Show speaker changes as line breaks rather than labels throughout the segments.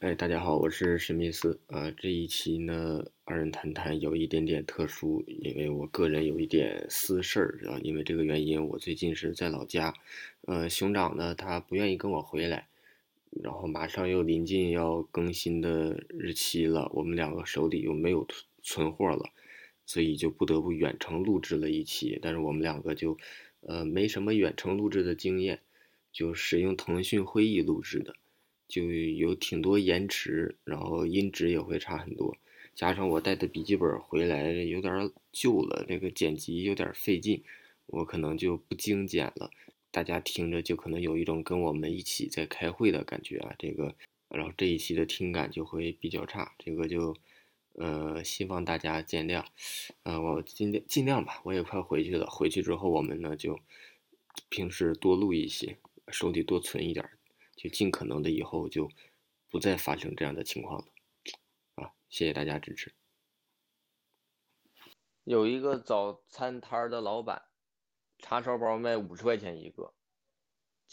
哎，大家好，我是史密斯。啊，这一期呢，二人谈谈有一点点特殊，因为我个人有一点私事儿啊。因为这个原因，我最近是在老家。呃，熊掌呢，他不愿意跟我回来，然后马上又临近要更新的日期了，我们两个手里又没有存存货了，所以就不得不远程录制了一期。但是我们两个就，呃，没什么远程录制的经验，就使用腾讯会议录制的。就有挺多延迟，然后音质也会差很多。加上我带的笔记本回来有点儿旧了，那个剪辑有点儿费劲，我可能就不精简了。大家听着就可能有一种跟我们一起在开会的感觉啊，这个，然后这一期的听感就会比较差，这个就，呃，希望大家见谅，呃，我尽量尽量吧，我也快回去了，回去之后我们呢就平时多录一些，手里多存一点儿，就尽可能的以后就不再发生这样的情况了。啊，谢谢大家支持。
有一个早餐摊儿的老板，叉烧包卖五十块钱一个，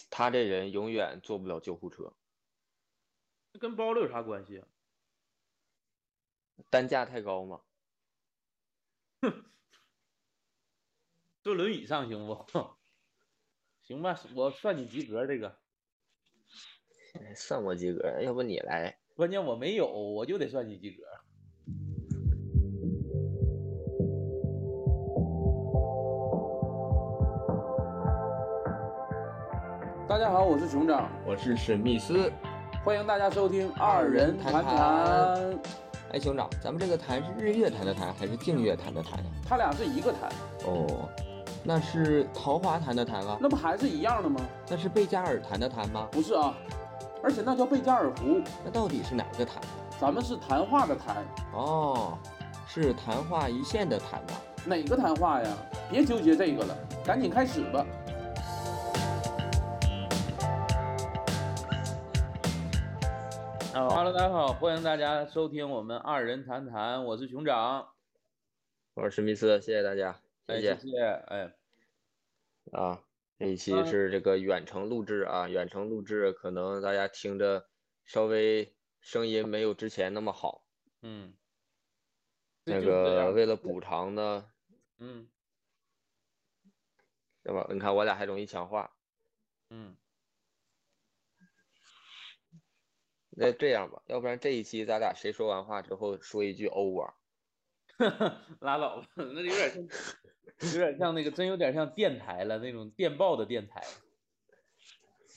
他这人永远坐不了救护车，
这跟包了有啥关系啊？
单价太高嘛。
坐轮椅上行不？ 行吧，我算你及格这个，
哎算我及格，要不你来？
关键我没有，我就得算你及格。大家好，我是熊掌，
我是史密斯，
欢迎大家收听
二人谈谈
谈，
哎，兄长，咱们这个谈是日月谈的谈还是净月谈的谈呀？
他俩是一个谈，
哦，那是桃花谈的谈啊？
那不还是一样的吗？
那是贝加尔谈的谈吗？
不是啊，而且那叫贝加尔湖，
那到底是哪个谈？
咱们是谈话的谈，
哦，是昙花一现的谈吧？
哪个谈话呀？别纠结这个了，赶紧开始吧。啊哈喽，大家好，欢迎大家收听我们二人谈谈，我是熊掌，
我是史密斯，谢谢大家，
哎，谢谢，哎，
啊，这一期
嗯
是这个远程录制啊，远程录制可能大家听着稍微声音没有之前那么好，
嗯，这
那
就是这
个
样
为了补偿呢，
嗯
对吧？你看我俩还容易抢话，
嗯，
那这样吧，要不然这一期咱俩谁说完话之后说一句啊 over，
拉倒吧，那有点像，有点像那个，真有点像电台了，那种电报的电台，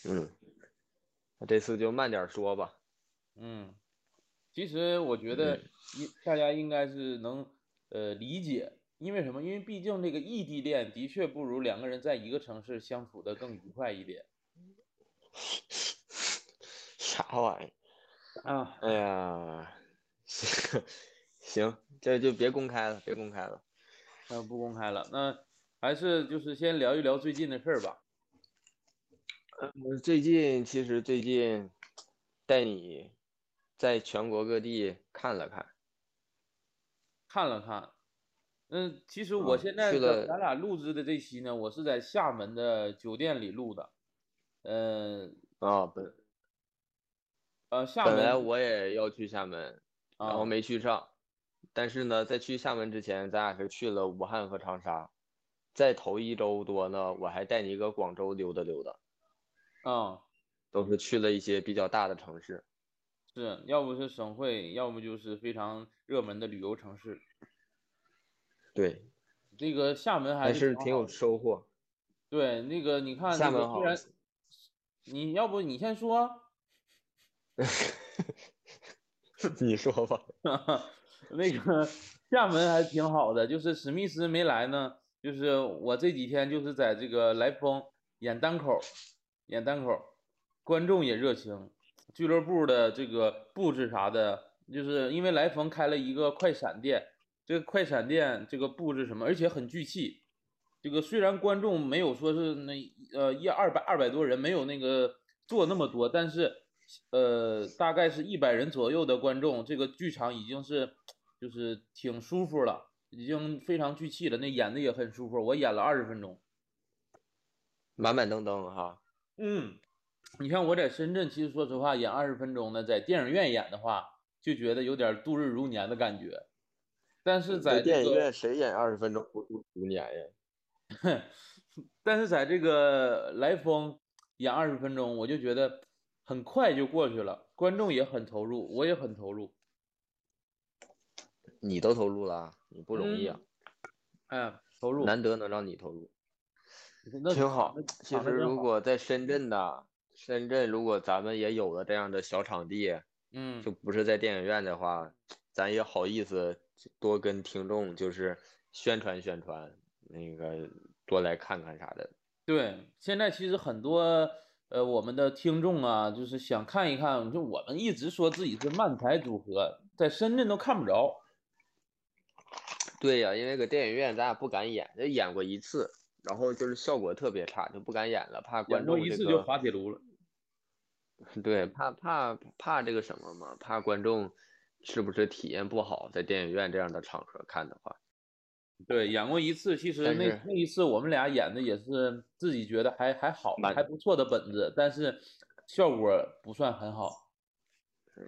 嗯，那这次就慢点儿说吧，
嗯，其实我觉得
嗯
应大家应该是能呃理解，因为什么？因为毕竟这个异地恋的确不如两个人在一个城市相处的更愉快一 点
啥玩意儿？
啊。
哎呀，行，行，这就别公开了，别公开了，
那不公开了，那还是就是先聊一聊最近的事儿吧。
我嗯最近其实最近带你在全国各地看了看，
看了看，嗯，其实我
啊
现在
去
咱
了
咱俩录制的这期呢，我是在厦门的酒店里录的，呃
啊，本
呃，厦
本
门
来我也要去厦门，然后
啊
没去上，但是呢，在去厦门之前，咱俩是去了武汉和长沙，在头一周多呢，我还带你搁广州溜达溜达，
啊。
都是去了一些比较大的城市。
是，要不是省会，要么就是非常热门的旅游城市。
对，
这个厦门还
但
是
是
挺
挺
好
有
的
收获。
对，那个你看，
厦
那个
门
虽
好
然你要不你先说啊，
你说吧。
那个厦门还挺好的，就是史密斯没来呢，就是我这几天就是在这个来风演单口儿，演单口儿，观众也热情，俱乐部的这个布置啥的，就是因为来风开了一个快闪店，这个快闪店这个布置什么，而且很聚气。这个虽然观众没有说是那呃一二百二百多人，没有那个坐那么多，但是呃大概是一百人左右的观众，这个剧场已经是就是挺舒服了，已经非常聚气了。那演的也很舒服，我演了二十分钟。
满满登登哈，
嗯，你像我在深圳，其实说实话，演二十分钟呢，在电影院演的话，就觉得有点度日如年的感觉。但是在
嗯
这
电影
个，
院谁演二十分钟不不不年呀？
但是在这个来风演二十分钟，我就觉得很快就过去了，观众也很投入，我也很投入。
你都投入了啊，你不容易啊，
哎，投入
难得能让你投入。
那
挺好
那
其
场
实
子真
如
好
果在深圳呢，深圳如果咱们也有了这样的小场地，
嗯
就不是在电影院的话，咱也好意思多跟听众就是宣传宣传，那个多来看看啥的。
对，现在其实很多呃，我们的听众啊，就是想看一看，就我们一直说自己是漫才组合，在深圳都看不着。
对呀、因为搁电影院咱俩不敢演，就演过一次，然后就是效果特别差，就不敢演了，怕观
演过
众
一
这
次就
个
滑铁卢了。
对，怕怕怕这个什么嘛，怕观众是不是体验不好，在电影院这样的场合看的话，
对，演过一次，其实
但
那
是
那一次我们俩演的也是自己觉得还还好，
蛮
还不错的本子，但是效果不算很好。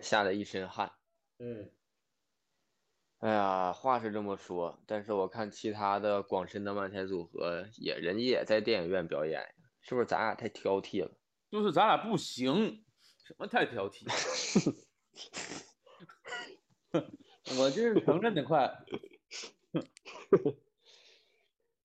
吓得一身汗。
嗯，
哎呀，话是这么说，但是我看其他的广深的漫才组合也，人家也在电影院表演，是不是咱俩太挑剔了？
就是咱俩不行，什么太 挑剔。 我这是承认的快，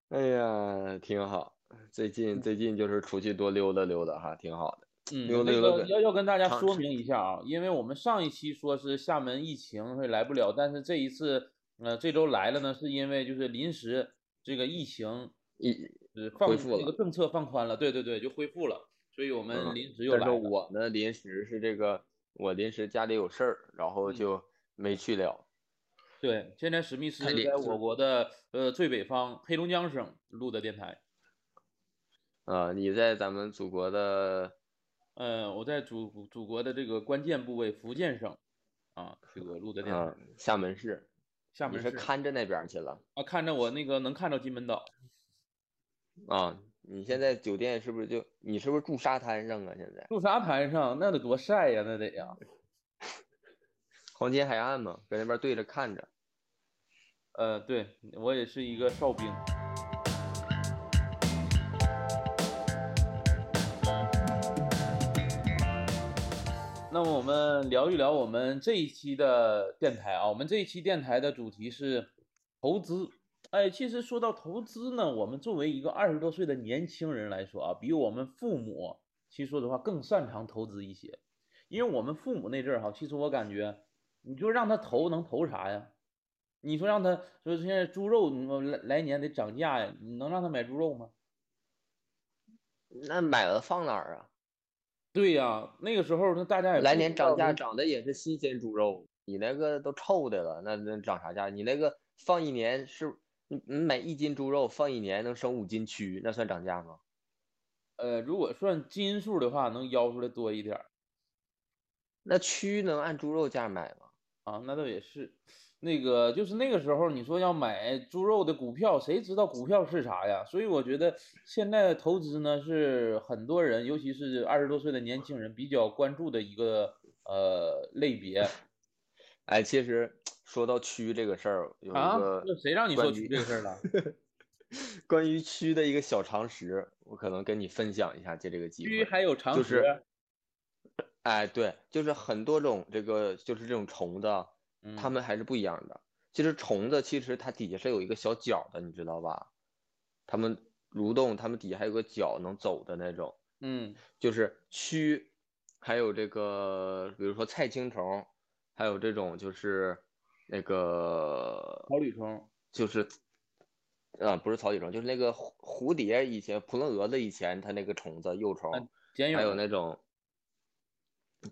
哎呀，挺好。最近最近就是出去多溜达溜达哈，挺好的。
嗯，
溜
那
溜
个
了个
要要跟大家
长
说
城
明一下啊，因为我们上一期说是厦门疫情会来不了，但是这一次，呃，这周来了呢，是因为就是临时这个疫情
一，
呃放
恢复
这个
了
政策放宽了，对对对，就恢复了，所以我们
嗯
临时又
但
来
是
了。
我呢，临时是这个，我临时家里有事儿，然后
嗯
就没去了。
对，现在史密斯
太厉
在
害
我
了
国的呃最北方黑龙江省录的电台，
啊，你在咱们祖国的
呃，我在祖祖国的这个关键部位福建省啊这个录的电台
啊，厦门市，
厦
你
门
是
市
看着那边儿去了
啊，看着我那个能看到金门岛。
啊？你
嗯
现在酒店是不是就你是不是住沙滩上啊？现在
住沙滩上那得多晒呀，那得呀。
黄金海岸嘛，搁那边对着看着。
呃，对我也是一个哨兵。那么我们聊一聊我们这一期的电台啊，我们这一期电台的主题是投资。哎，其实说到投资呢，我们作为一个二十多岁的年轻人来说啊，比我们父母其实说实话更擅长投资一些，因为我们父母那阵儿哈，其实我感觉你就让他投能投啥呀？你说让他说现在猪肉你说来来年得涨价呀，你能让他买猪肉吗？
那买了放哪儿啊？
对呀、那个时候那大家也
来
不
年
知
涨
道
价
能
涨的也是新鲜猪肉，你那个都臭的了，那那涨啥价？你那个放一年是，你你买一斤猪肉放一年能省五斤蛆，那算涨价吗？
呃，如果算斤数的话，能摇出来多一点儿
那蛆能按猪肉价买吗？
啊，那倒也是。那个就是那个时候，你说要买猪肉的股票，谁知道股票是啥呀？所以我觉得现在的投资呢，是很多人，尤其是二十多岁的年轻人比较关注的一个呃类别
哎，其实说到蛆这个事儿，有一
啊
个。。
那谁让你说
关
出
于
这个事 儿了？
关于蛆的一个小常识，我可能跟你分享一下，借这个机
居
会。
还有常
就是
识，
哎，对，就是很多种这个，就是这种虫子啊，它
嗯
们还是不一样的。其实虫子其实它底下是有一个小脚的，你知道吧？它们蠕动，它们底下还有个脚能走的那种。
嗯
就是蛆，还有这个，比如说菜青虫，还有这种就是那个
草履虫。
就是，啊、不是草履虫，就是那个蝴蝴蝶以前扑棱蛾子以前它那个虫子幼虫，
嗯茧
还有
蛹，
那种，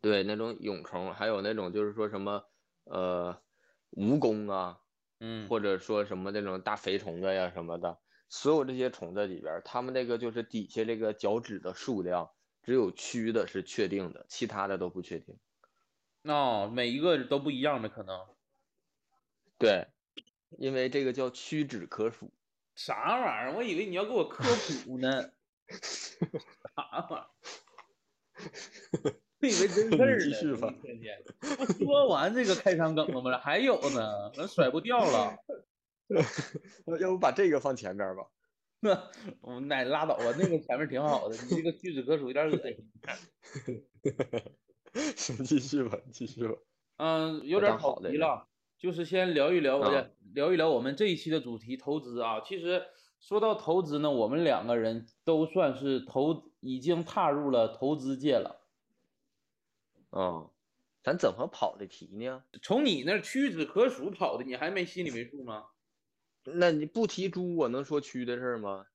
对那种蛹虫，还有那种就是说什么呃蜈蚣啊，
嗯，
或者说什么那种大肥虫子呀什么的，所有这些虫子里边儿，它们那个就是底下这个脚趾的数量，只有蛆的是确定的，其他的都不确定。
哦，每一个都不一样呗，可能
对，因为这个叫屈指可数。
啥玩意儿？我以为你要给我科普呢。啥玩意儿？自以为真事儿
你
呢。
继续吧
天天，我说完这个开场梗了吗？还有呢，咱甩不掉了。
要不把这个放前边吧？
那我那拉倒吧，那个前面挺好的，你这个屈指可数，有点恶心。
行，继续吧，继续吧。
嗯，有
我
点
当
跑
好的
题
人
了，就是先聊一聊我
啊
的、聊一聊我们这一期的主题投资啊。其实说到投资呢，我们两个人都算是投已经踏入了投资界了。
嗯，咱怎么跑的题呢？
从你那儿屈指可数跑的，你还没心里没数吗？
那你不提猪，我能说蛆的事儿吗？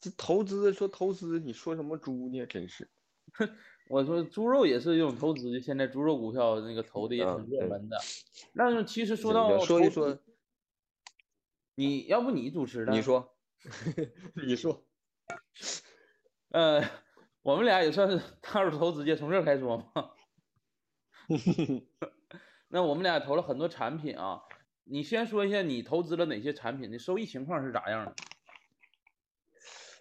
这投资说投资，你说什么猪呢？真是，
我说猪肉也是一种投资，现在猪肉股票那个投的也挺
嗯
热
对
门的。那其实说
行
到
行说一
投资
说，
你要不你主持的？
你 说，你说，
呃，我们俩也算是 踏入投资界，从这儿开始说嘛。 那我们俩投了很多产品啊，你先说一下你投资了哪些产品，你收益情况是咋样的？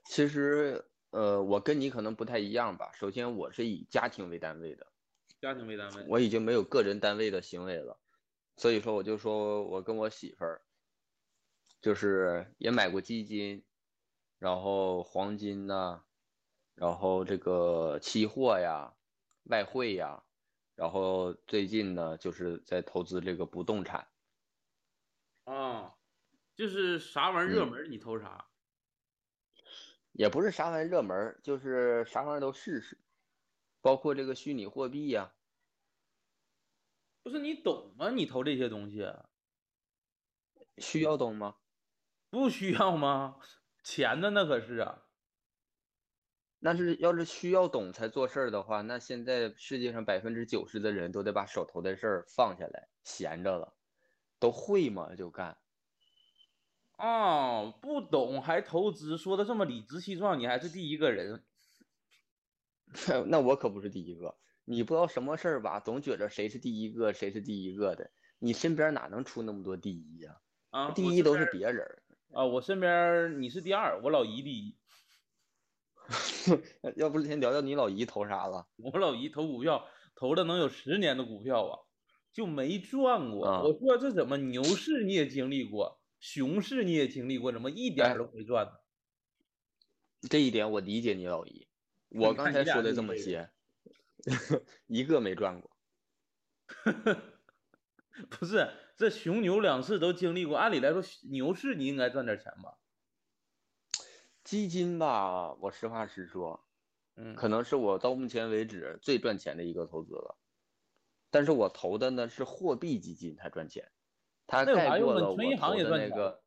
其实，呃，我跟你可能不太一样吧。首先，我是以家庭为单位的，
家庭为单位，
我已经没有个人单位的行为了，所以说我就说我跟我媳妇儿，就是也买过基金，然后黄金呐、然后这个期货呀、外汇呀，然后最近呢就是在投资这个不动产。
啊，就是啥玩意
嗯
儿热门儿你投啥？
也不是啥玩意儿热门儿，就是啥玩意儿都试试，包括这个虚拟货币呀、
不是你懂吗？你投这些东西
需要懂吗？
不需要吗？钱的那可是啊，
那是要是需要懂才做事儿的话，那现在世界上百分之九十的人都得把手头的事儿放下来，闲着了，都会嘛就干。
哦，不懂还投资，说的这么理直气壮，你还是第一个人。
那我可不是第一个，你不知道什么事儿吧，总觉着谁是第一个，谁是第一个的，你身边哪能出那么多第一呀、
啊，
第
我
一
身
都
边
是
儿
别人儿，
啊，我身边儿你是第二，我老姨第一，
要不先聊聊你老姨投啥了？
我老姨投股票投了能有十年的股票啊，就没赚过。
啊
我说这怎么牛市你也经历过，熊市你也经历过，怎么一点儿
哎
都没赚呢？
这一点我理解你老姨，我
你看
刚
你
才
俩
说的
就
这
是
么
这
些， 一个没赚过。
不是，这熊牛两市都经历过，按理来说牛市你应该赚点钱吧？
基金吧，我实话实说，
嗯，
可能是我到目前为止最赚钱的一个投资了。但是我投的呢是货币基金，它赚钱，它
那有啥
盖
用
过
啊
了
存银
我
行
投
也
的
赚
那
钱
个，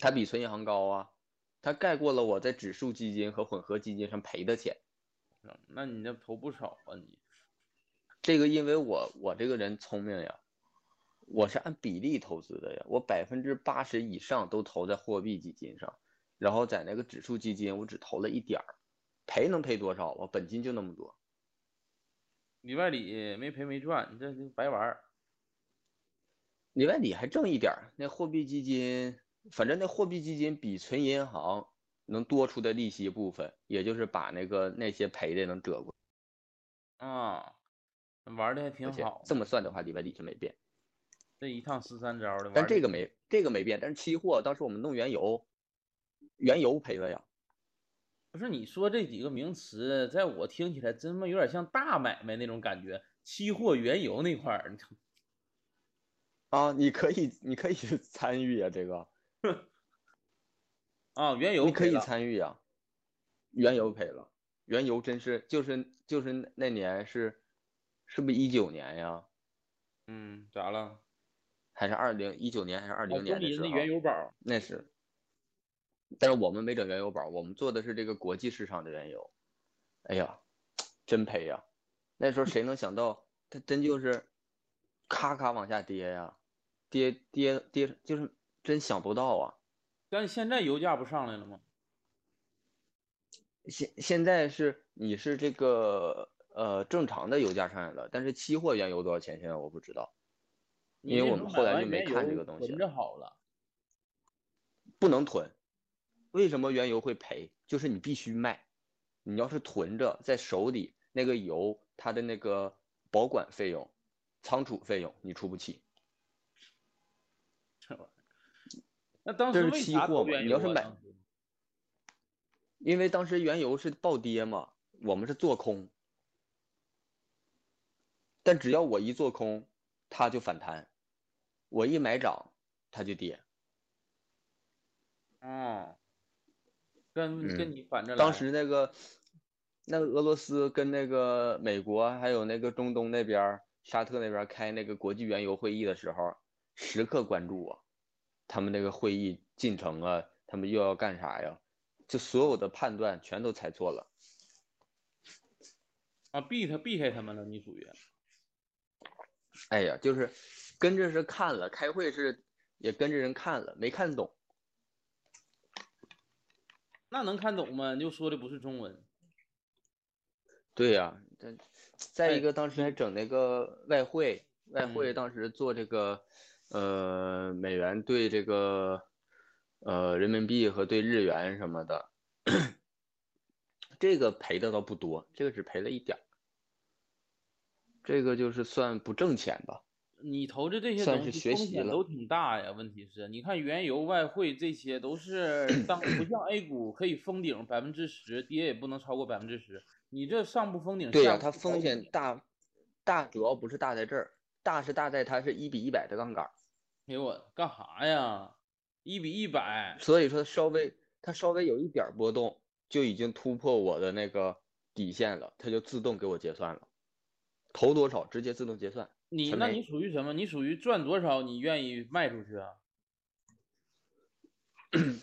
它比存银行高啊，它盖过了我在指数基金和混合基金上赔的钱。
那你这投不少啊你。
这个因为我我这个人聪明呀，我是按比例投资的呀，我百分之八十以上都投在货币基金上，然后在那个指数基金我只投了一点儿，赔能赔多少啊？本金就那么多，
里外里没赔没赚，你这就白玩儿。
里外里还挣一点儿。那货币基金，反正那货币基金比存银行能多出的利息部分，也就是把那个那些赔的能折过
啊，玩的还挺
去。
好。
这么算的话，里外里是没变，
这一趟十三招的，玩
但
儿
这
得
个没这个没变，但是期货当时我们弄原油，原油赔了呀。
不是你说这几个名词，在我听起来真嘛有点像大买卖那种感觉，期货、原油那块儿，
啊，你可以，你可以参与呀、这个
啊，原油
你可
赔
以
了
参与呀、啊原油赔了，原油真是就是就是那年是，是不是一九年呀？
嗯，咋了？
还是二零一九年还是二
二
零年的
人
时
家
候？
原油宝儿，
那是，但是我们没整原油宝，我们做的是这个国际市场的原油。哎呀，真赔呀、那时候谁能想到，它真就是咔咔往下跌呀、跌跌跌，就是真想不到啊。
但现在油价不上来了吗？
现现在是你是这个呃正常的油价上来了，但是期货原油多少钱现在我不知道，
你
因为
那
我
时
们后
候买
来
完
就没
原
看
油
这个东西
囤
了
着好了，
不能囤。为什么原油会赔？就是你必须卖，你要是囤着在手里，那个油它的那个保管费用、仓储费用你出不起。
这玩意儿，那当时
这是
为
期
啥
货
不
嘛
原
你
油
要是
啊
买
当时
因为当时原油是暴跌嘛，我们是做空，但只要我一做空，它就反弹；我一买涨，它就跌。
哦，跟
嗯
跟你反着来。
当时那个，那个俄罗斯跟那个美国还有那个中东那边儿、沙特那边儿开那个国际原油会议的时候，时刻关注啊，他们那个会议进程啊，他们又要干啥呀？就所有的判断全都猜错了。
啊，避他避开他们了，你属于
哎呀，就是跟着是看了，开会是也跟着人看了，没看懂。
那能看懂吗？就说的不是中文。
对呀、这再
哎
一个，当时还整那个外汇，外汇
嗯
当时做这个，呃，美元对这个，呃，人民币和对日元什么的，这个赔的倒不多，这个只赔了一点儿，这个就是算不挣钱吧。
你投资这些
算
东
是
西
学
风
习
险
了
都挺大呀。问题是，你看原油、外汇这些都是当 不像 A 股可以封顶百分之十，跌也不能超过百分之十。你这上不封顶，
对
下
呀、
不
它
超
风
过
险
顶
大，大主要不是大在这儿，大是大在它是一比一百的杠杆儿，
给我干啥呀？一比一 百，
所以说稍微它稍微有一点儿波动，就已经突破我的那个底线了，它就自动给我结算了，投多少直接自动结算。
你
全
那
没
你属于什么？你属于赚多少你愿意卖出去啊？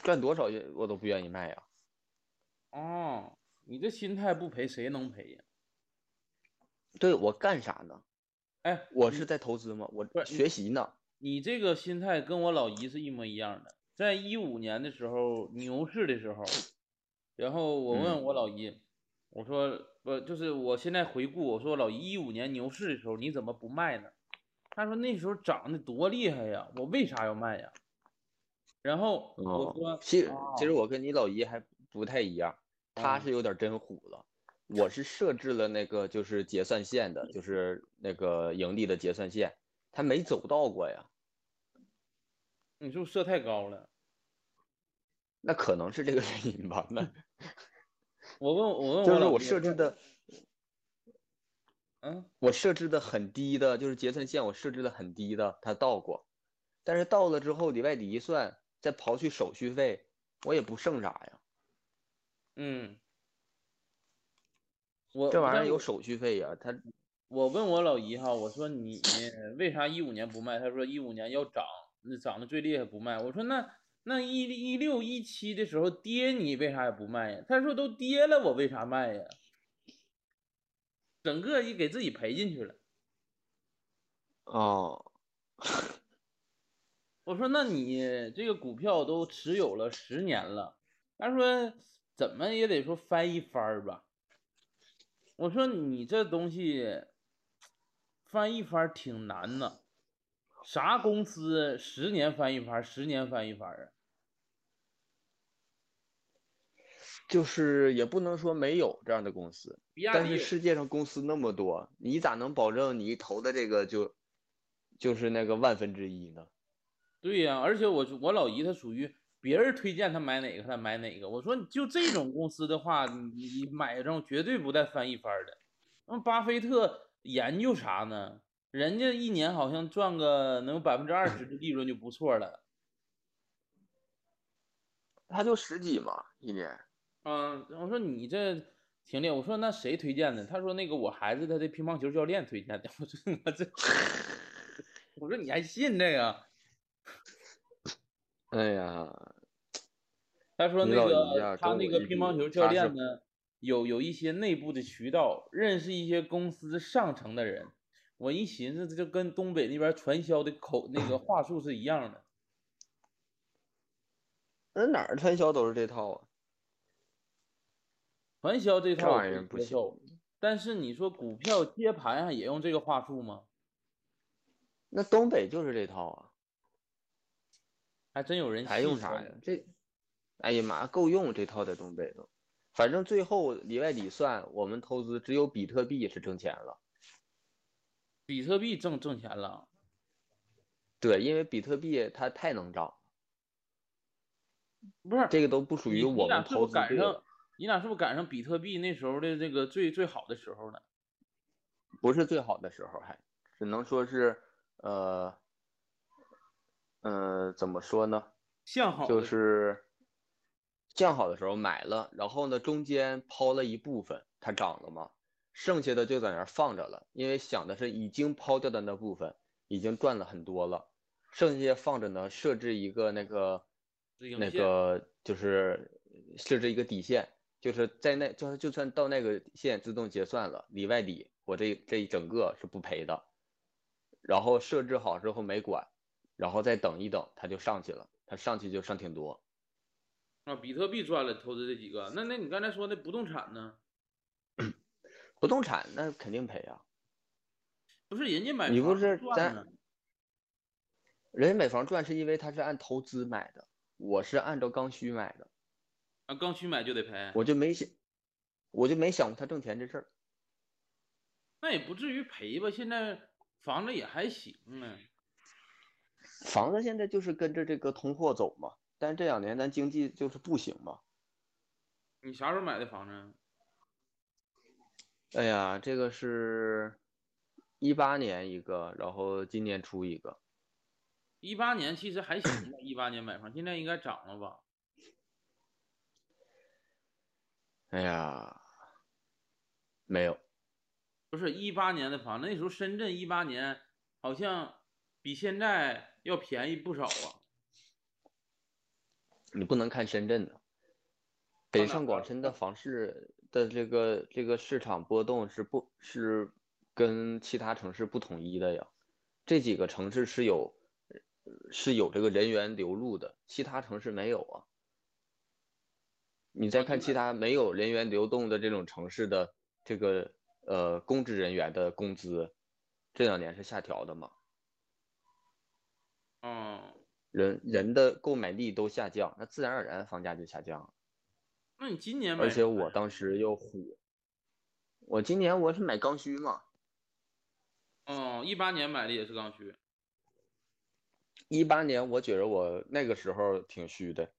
赚多少也我都不愿意卖呀、
哦，你这心态不赔谁能赔呀？
对我干啥呢？
哎，
我
你
是在投资吗？我
不是哦
学习呢。
你这个心态跟我老姨是一模一样的。在一五年的时候，牛市的时候，然后我问
嗯
我老姨，我说不，就是我现在回顾，我说我老姨一五年牛市的时候你怎么不卖呢？她说那时候涨得多厉害呀，我为啥要卖呀？然后我说、
其实
哦
其实我跟你老姨还不太一样，她
嗯
是有点真虎了。我是设置了那个就是结算线的，就是那个盈利的结算线，她没走到过呀。
你是不是设太高了？
那可能是这个原因吧。那
我问我问
就
嗯我
是
老
我
姨
设置的，
嗯，
我设置的很低的，就是结算线我设置的很低的，它到过，但是到了之后里外里一算，再刨去手续费，我也不剩啥呀。
嗯，我
这玩意
但
儿有
我
手续费呀，它
我问我老姨哈，我说你为啥一五年不卖？她说一五年要涨，那涨得最厉害不卖。我说那那一一六一七的时候跌，你为啥也不卖呀？她说都跌了，我为啥卖呀？整个一给自己赔进去了。
哦，
我说那你这个股票都持有了十年了，他说怎么也得说翻一番儿吧。我说你这东西翻一番儿挺难呐，啥公司十年翻一番儿，十年翻一番儿啊？
就是也不能说没有这样的公司，
比亚
但
迪
是
有
世界上公司那么多，你咋能保证你投的这个就就是那个万分之一呢？
对呀、而且我就我老姨她属于别人推荐她买哪个她买哪个。我说你就这种公司的话，你你买上绝对不带翻一番儿的。那巴菲特研究啥呢？人家一年好像赚个能有百分之二十的利润就不错了。
它就十几嘛一年。
嗯，我说你这挺厉害。我说那谁推荐的？他说那个我孩子他的乒乓球教练推荐的。 我说我这，我说你还信这个？
哎呀，
他说
你
那
老姨
个、
呀
他
跟
那
我
个
一
乒乓
比
球教
她是
练呢，有有一些内部的渠道，认识一些公司上层的人。我一寻思，这就跟东北那边传销的口那个话术是一样的。
那哪儿传销都是这套啊。
传销这
这
套我
玩意
可
儿
以
不
接
行
受，但是你说股票接盘啊还也用这个话术吗？
那东北就是这套啊，
还真有人
还用
信
啥
这
呀
个？
这，哎呀妈，够用这套在东北都。反正最后里外里算，我们投资只有比特币是挣钱了。
比特币挣挣钱了，
对，因为比特币它太能涨，
不是
这个都不属于
你
我
你俩
们
是不
投
是
资
赶
这
上
个，
你俩是不是赶上比特币那时候的这个最最好的时候呢？
不是最好的时候还，只能说是呃呃怎么说呢？
向好
就
的
是降好的时候买了，然后呢中间抛了一部分，它涨了嘛，剩下的就在那儿放着了，因为想的是已经抛掉的那部分已经赚了很多了，剩下放着呢，设置一个那个
止盈
那
线
个就是设置一个底线，就是在那就是就算到那个线自动结算了，里外里我这这一整个是不赔的，然后设置好之后没管，然后再等一等，它就上去了，它上去就上挺多。
啊，比特币赚了，投资这几个。那那你刚才说的不动产呢？
不动产那肯定赔啊，
不是人家买
你
房
不是
赚
咱
呢？
人家买房赚是因为他是按投资买的，我是按照刚需买的，
啊，刚需买就得赔，
我就没想，我就没想过他挣钱这事儿。
那也不至于赔吧？现在房子也还行啊呢。
房子现在就是跟着这个通货走嘛，但是这两年咱经济就是不行嘛。
你啥时候买的房子？
哎呀，这个是一八年一个，然后今年出一个，
一八年其实还行吧，一八年买房，现在应该涨了吧？
哎呀，没有，
不是一八年的房，那时候深圳一八年好像比现在要便宜不少啊。
你不能看深圳的，北
哪
上
个
广深的房市的这个这个市场波动是不，是跟其他城市不统一的呀，这几个城市是有呃是有这个人员流入的，其他城市没有啊。你再看其他没有人员流动的这种城市的这个呃公职人员的工资，这两年是下调的嘛？
嗯，
人人的购买力都下降，那自然而然房价就下降了。
那你今年买
而
啥
且
呀？
我当时又虎，我今年我是买刚需嘛，
嗯，一八年买的也是刚需。
一八年我觉着我那个时候挺虚的，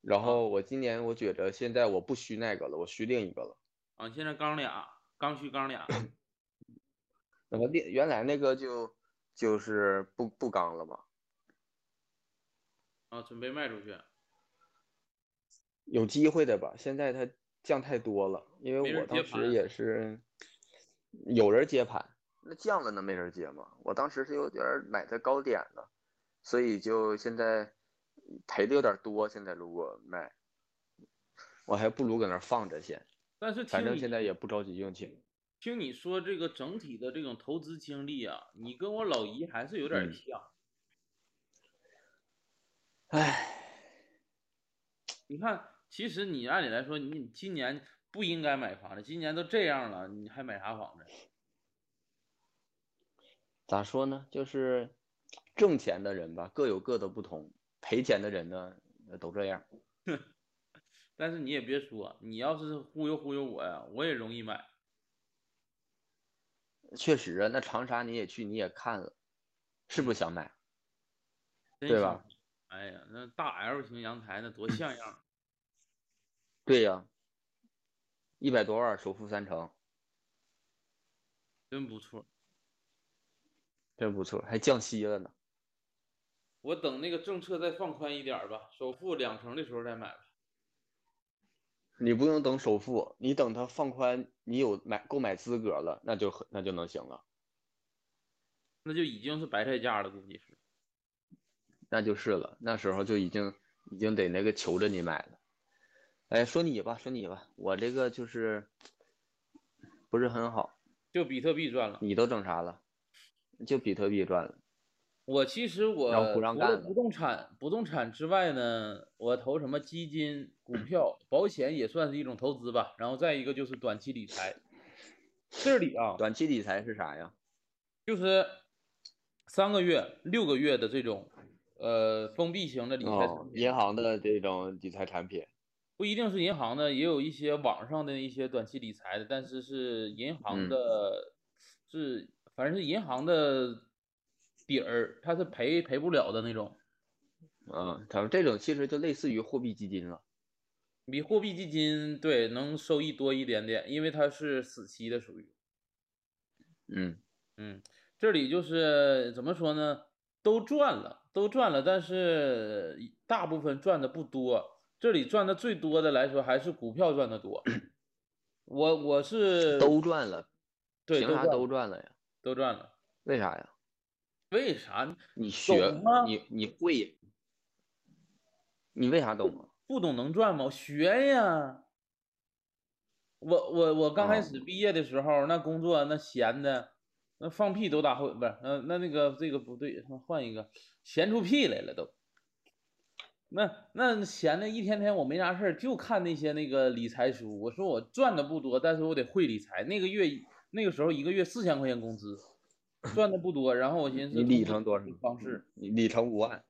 然
嗯
后我今年我觉着现在我不虚那个了，我虚另一个了。
啊，现在刚俩，刚需刚俩，
那么另原来那个就就是不不刚了嘛，
啊，准备卖出去。
有机会的吧？现在它降太多了，因
没
为
人
我
接
当时
盘
也是有人接盘，那降了能没人接吗？我当时是有点儿买在高点了，所以就现在赔的有点多。现在如果卖，我还不如搁那儿放着先，
但是
反
听
正
你
现在也不着急用钱。
听你说这个整体的这种投资经历啊，你跟我老姨还是有点
嗯
像。
唉，
你看，其实你按理来说，你今年不应该买房子，今年都这样了，你还买啥房子？
咋说呢？就是挣钱的人吧，各有各的不同；赔钱的人呢，都这样。
但是你也别说，你要是忽悠忽悠我呀，我也容易买。
确实啊，那长沙你也去，你也看了，是不是想买？
真
对
想
吧
买？哎呀，那大 L 型阳台那多像样儿！
对呀、一百多万首付三成，
真不错。
真不错，还降息了呢。
我等那个政策再放宽一点儿吧，首付两成的时候再买吧。
你不用等首付，你等它放宽，你有买购买资格了，那就很那就能行了，
那就已经是白菜价了，估计是。
那就是了。那时候就已经已经得那个求着你买了。哎，说你吧，说你吧，我这个就是不是很好。
就比特币赚了。
你都整啥了？就比特币赚了。
我其实我
然后
除
不让干
了
了
不动产、不动产之外呢，我投什么基金、股票、保险也算是一种投资吧。然后再一个就是短期理财，这里啊，
短期理财是啥呀？
就是三个月、六个月的这种呃封闭型的理财产
哦，
品。
银行的这种理财产品。
不一定是银行的，也有一些网上的一些短期理财的，但是是银
嗯
行的，是反正是银行的底儿，它是赔赔不了的那种，
嗯，他们这种其实就类似于货币基金了，
比货币基金对能收益多一点点，因为它是死期的，属于。
嗯
嗯，这里就是怎么说呢？都赚了，都赚了，但是大部分赚的不多。这里赚的最多的来说，还是股票赚的多。我我是
都赚了，
对
凭啥
都
都赚了呀？
都赚了，
为啥呀？
为啥
你学
懂吗
你你会，你为啥懂啊？
不懂能赚吗？我学呀。我我我刚
啊
开始毕业的时候，那工作那闲的，那放屁都打后不是，那那那个这个不对，换一个，闲出屁来了都。那那闲的一天天我没啥事儿，就看那些那个理财书。我说我赚的不多，但是我得会理财。那个月那个时候一个月四千块钱工资，赚的不多，然后我寻思
你理
通
成多
过
少
这种方式，
你里程五万，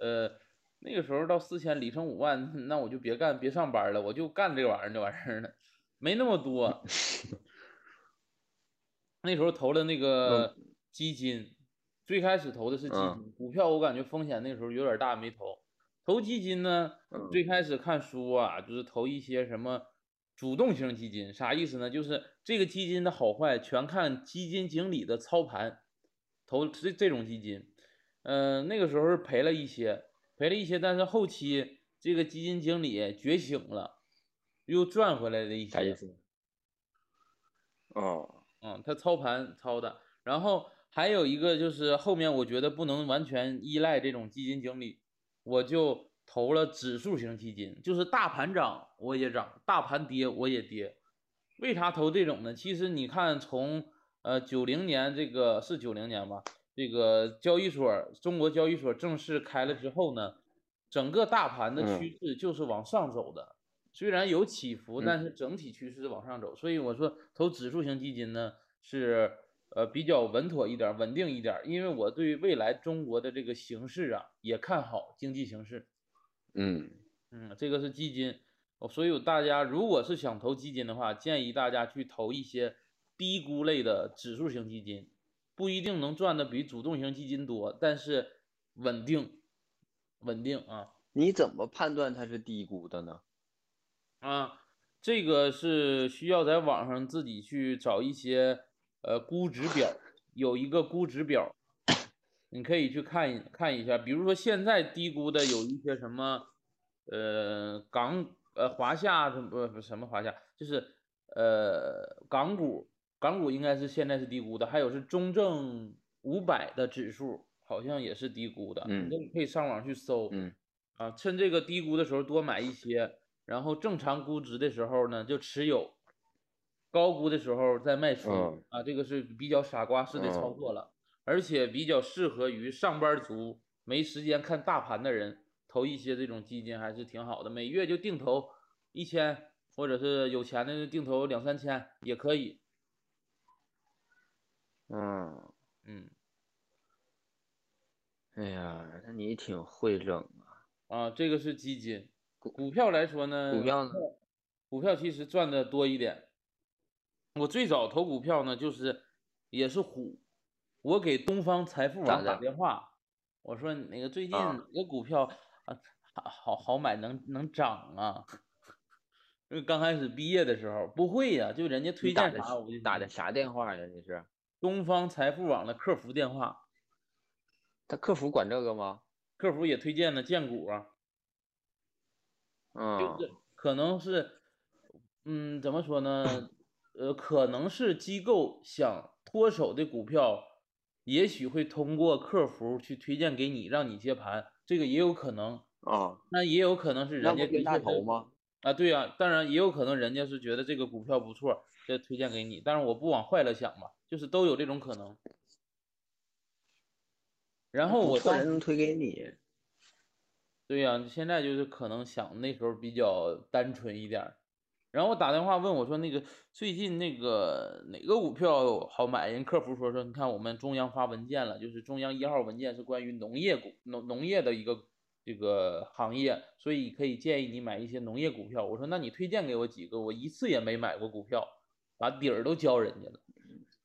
呃，那个时候到四千里程五万，那我就别干，别上班了，我就干这玩意儿这玩意儿了，没那么 多。那时候投了那个基金，最开始投的是基
嗯
金，股票我感觉风险那时候有点大，没投。投基金呢，
嗯
最开始看书啊，就是投一些什么主动型基金，啥意思呢？就是这个基金的好坏全看基金经理的操盘，投这这种基金。嗯、那个时候是赔了一些，赔了一些，但是后期这个基金经理觉醒了，又赚回来了一些。
啥意思？哦，
嗯，他操盘操的，然后还有一个就是后面我觉得不能完全依赖这种基金经理，我就投了指数型基金，就是大盘涨我也涨，大盘跌我也跌。为啥投这种呢？其实你看从呃九零年这个是九零年吧，这个交易所中国交易所正式开了之后呢，整个大盘的
嗯
趋势就是往上走的。虽然有起伏，
嗯
但是整体趋势是往上走。所以我说投指数型基金呢是呃比较稳妥一点儿、稳定一点儿，因为我对未来中国的这个形势啊也看好经济形势。
嗯，
嗯，这个是基金，哦所以大家如果是想投基金的话，建议大家去投一些低估类的指数型基金，不一定能赚的比主动型基金多，但是稳定，稳定啊。
你怎么判断它是低估的呢？
啊，这个是需要在网上自己去找一些呃估值表，有一个估值表，你可以去看一看一下。比如说现在低估的有一些什么，呃，港呃华夏什么不不什么华夏，就是呃港股，港股应该是现在是低估的，还有是中证五百的指数好像也是低估的，
嗯
这你可以上网去搜，
嗯
啊，趁这个低估的时候多买一些。然后正常估值的时候呢就持有，高估的时候再卖出、
嗯
啊，这个是比较傻瓜式的操
嗯
作了，而且比较适合于上班族没时间看大盘的人投一些这种基金还是挺好的，每月就定投一千，或者是有钱的就定投两三千也可以，
嗯，
嗯
哎呀，那你挺会整啊。
啊，这个是基金，股票来说呢，
股票呢？
股票其实赚的多一点。我最早投股票呢，就是也是虎，我给东方财富
咋
网
的
打电话，我说那个最近
啊
哪个股票啊好好好买能能涨啊？ 因为刚开始毕业的时候不会呀、就人家推
你打
荐
的
啥我就
打的
听
啥电话呀？你是
东方财富网的客服电话，
他客服管这个吗？
客服也推荐了荐股啊，
嗯
就是可能是，嗯，怎么说呢？呃，可能是机构想脱手的股票，也许会通过客服去推荐给你，让你接盘，这个也有可能。
啊，
哦那也有可能是
那
人
不
家
冤
推
大
荐
头
的
吗？
啊，对呀、当然也有可能人家是觉得这个股票不错，这推荐给你。但是我不往坏了想嘛，就是都有这种可能。然后我
不错
当
人能推给你，
对呀、现在就是可能想那时候比较单纯一点儿。然后我打电话问我说，那个最近那个哪个股票好买？人客服说说，你看我们中央发文件了，就是中央一号文件是关于农业股农农业的一个这个行业，所以可以建议你买一些农业股票。我说那你推荐给我几个，我一次也没买过股票，把底儿都教人家了。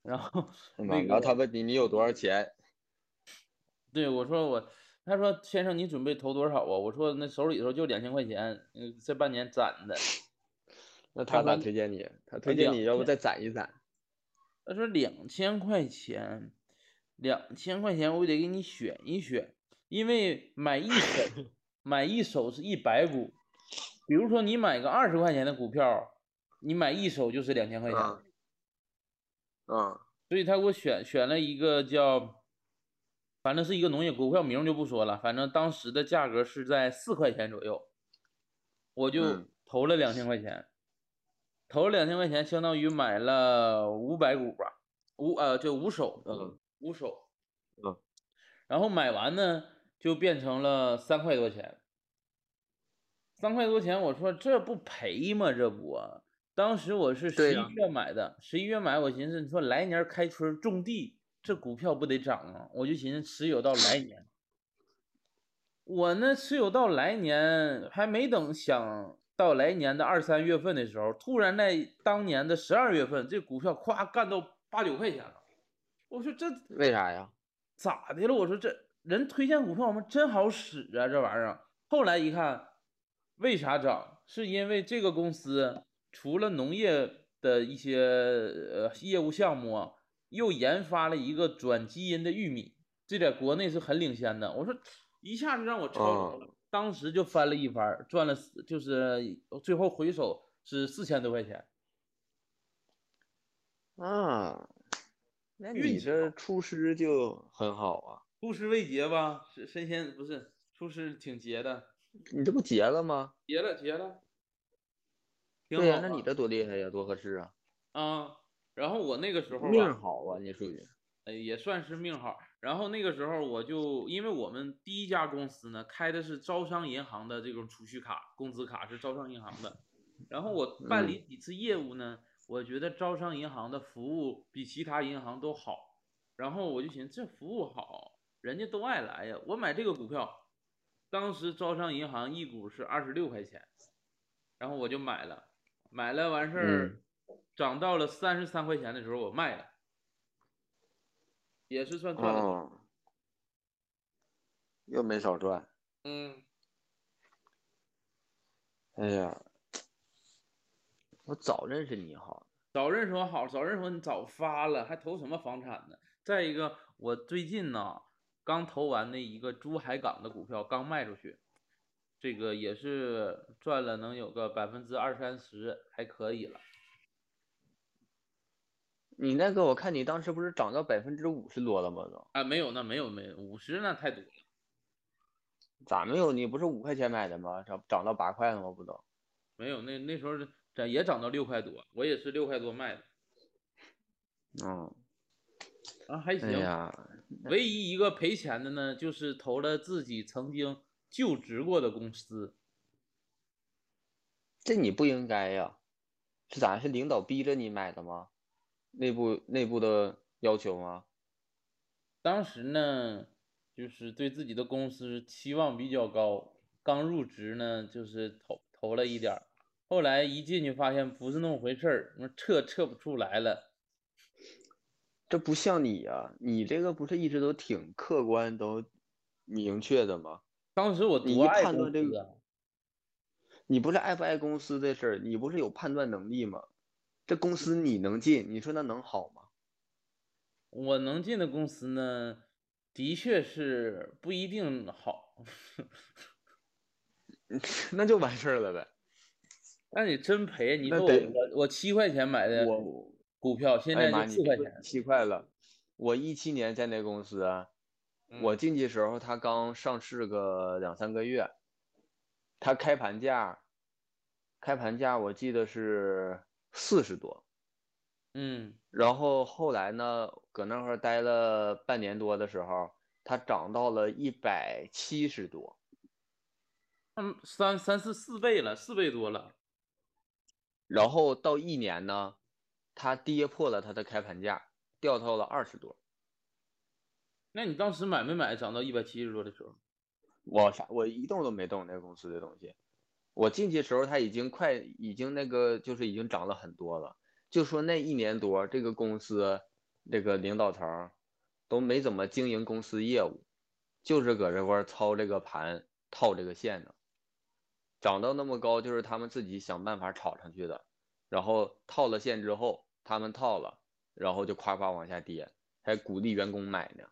然后那
然后
个
他问你你有多少钱，
对我说我，他说先生你准备投多少啊？我说那手里头就两千块钱，嗯，这半年攒的。
那他哎咋
说
推荐你？他推荐你要不再攒一攒？
他说两千块钱，两千块钱我得给你选一选，因为买一手买一手是一百股，比如说你买个二十块钱的股票，你买一手就是两千块钱，
嗯嗯
所以他给我选选了一个叫，反正是一个农业股票名儿就不说了，反正当时的价格是在四块钱左右，我就
嗯
投了两千块钱，投了两千块钱相当于买了五百股吧，五呃就五手，
嗯
五手，
嗯，
然后买完呢就变成了三块多钱，三块多钱，我说这不赔吗？这不啊、当时我是
对
十
呀
一月买的，十一、月买，我寻思你说来年儿开春儿种地，这股票不得涨啊？我就寻思持有到来年。我呢持有到来年，还没等想到来年的二三月份的时候，突然在当年的十二月份，这股票咵干到八九块钱了。我说这
为啥呀？
咋的了？我说这人推荐股票，我们真好使啊，这玩意儿。后来一看，为啥涨？是因为这个公司除了农业的一些呃业务项目啊，又研发了一个转基因的玉米，这在国内是很领先的。我说一下就让我超着了，当时就翻了一番儿，赚了四就是最后回手是四千多块钱。
啊，那
运
你
气
这出师就很好啊，
出师未捷吧，是神仙不是出师挺捷的，
你这不结了吗？
捷了捷了，挺好
对呀、
啊。
那你这多厉害呀，多合适啊，
啊，然后我那个时候
命
吧，
好啊，你属于。
呃，也算是命好。然后那个时候我就，因为我们第一家公司呢开的是招商银行的这种储蓄卡、工资卡是招商银行的。然后
嗯
我办理几次业务呢，我觉得招商银行的服务比其他银行都好。然后我就寻思这服务好，人家都爱来呀，我买这个股票。当时招商银行一股是二十六块钱，然后我就买了，买了完事儿
嗯，
涨到了三十三块钱的时候我卖了，也是算赚了。
哦，又没少赚。
嗯，
哎呀，我早认识你好，
早认识我好，早认识我你早发了，还投什么房产呢？再一个，我最近呢刚投完那一个珠海港的股票，刚卖出去，这个也是赚了能有个百分之二三十，还可以了。
你那个我看你当时不是涨到百分之五十多了吗？都
啊，没有，那没有没有，五十那太多了。
咋没有？你不是五块钱买的吗？涨涨到八块了吗？不都？
没有，那那时候涨也涨到六块多，我也是六块多卖的，
嗯，
啊还
哎
行。
呀，
唯一一个赔钱的呢，就是投了自己曾经就职过的公司，
这你不应该呀，是咋？是领导逼着你买的吗？内部内部的要求吗？
当时呢，就是对自己的公司期望比较高，刚入职呢，就是投投了一点儿，后来一进去发现不是那么回事儿，那撤撤不出来了。
这不像你呀、你这个不是一直都挺客观、都明确的吗？
当时我
你
多
一
爱
判
公
断这
司
个
啊，
你不是爱不爱公司的事儿，你不是有判断能力吗？这公司你能进，你说那能好吗？
我能进的公司呢，的确是不一定好，
那就完事儿了呗。
那你真赔，你
那
说我
得
我我七块钱买的
我
股票，现
哎
在
妈，
就
你
四块
别
钱
说，七块了。我一七年在那公司啊，
嗯
我进去时候它刚上市个两三个月，它开盘价，开盘价我记得是四十多，
嗯
然后后来呢，搁那块儿待了半年多的时候，它涨到了一百七十多。
嗯，三三四四倍了，四倍多了，
然后到一年呢，它跌破了它的开盘价，掉到了二十多。
那你当时买没买涨到一百七十多的时候？
我啥我一动都没动那个公司的东西。我进去时候，它已经快已经那个就是已经涨了很多了。就说那一年多，这个公司这个领导层都没怎么经营公司业务，就是搁这块儿操这个盘套这个线呢。涨到那么高，就是他们自己想办法炒上去的，然后套了线之后，他们套了，然后就夸夸往下跌，还鼓励员工买呢，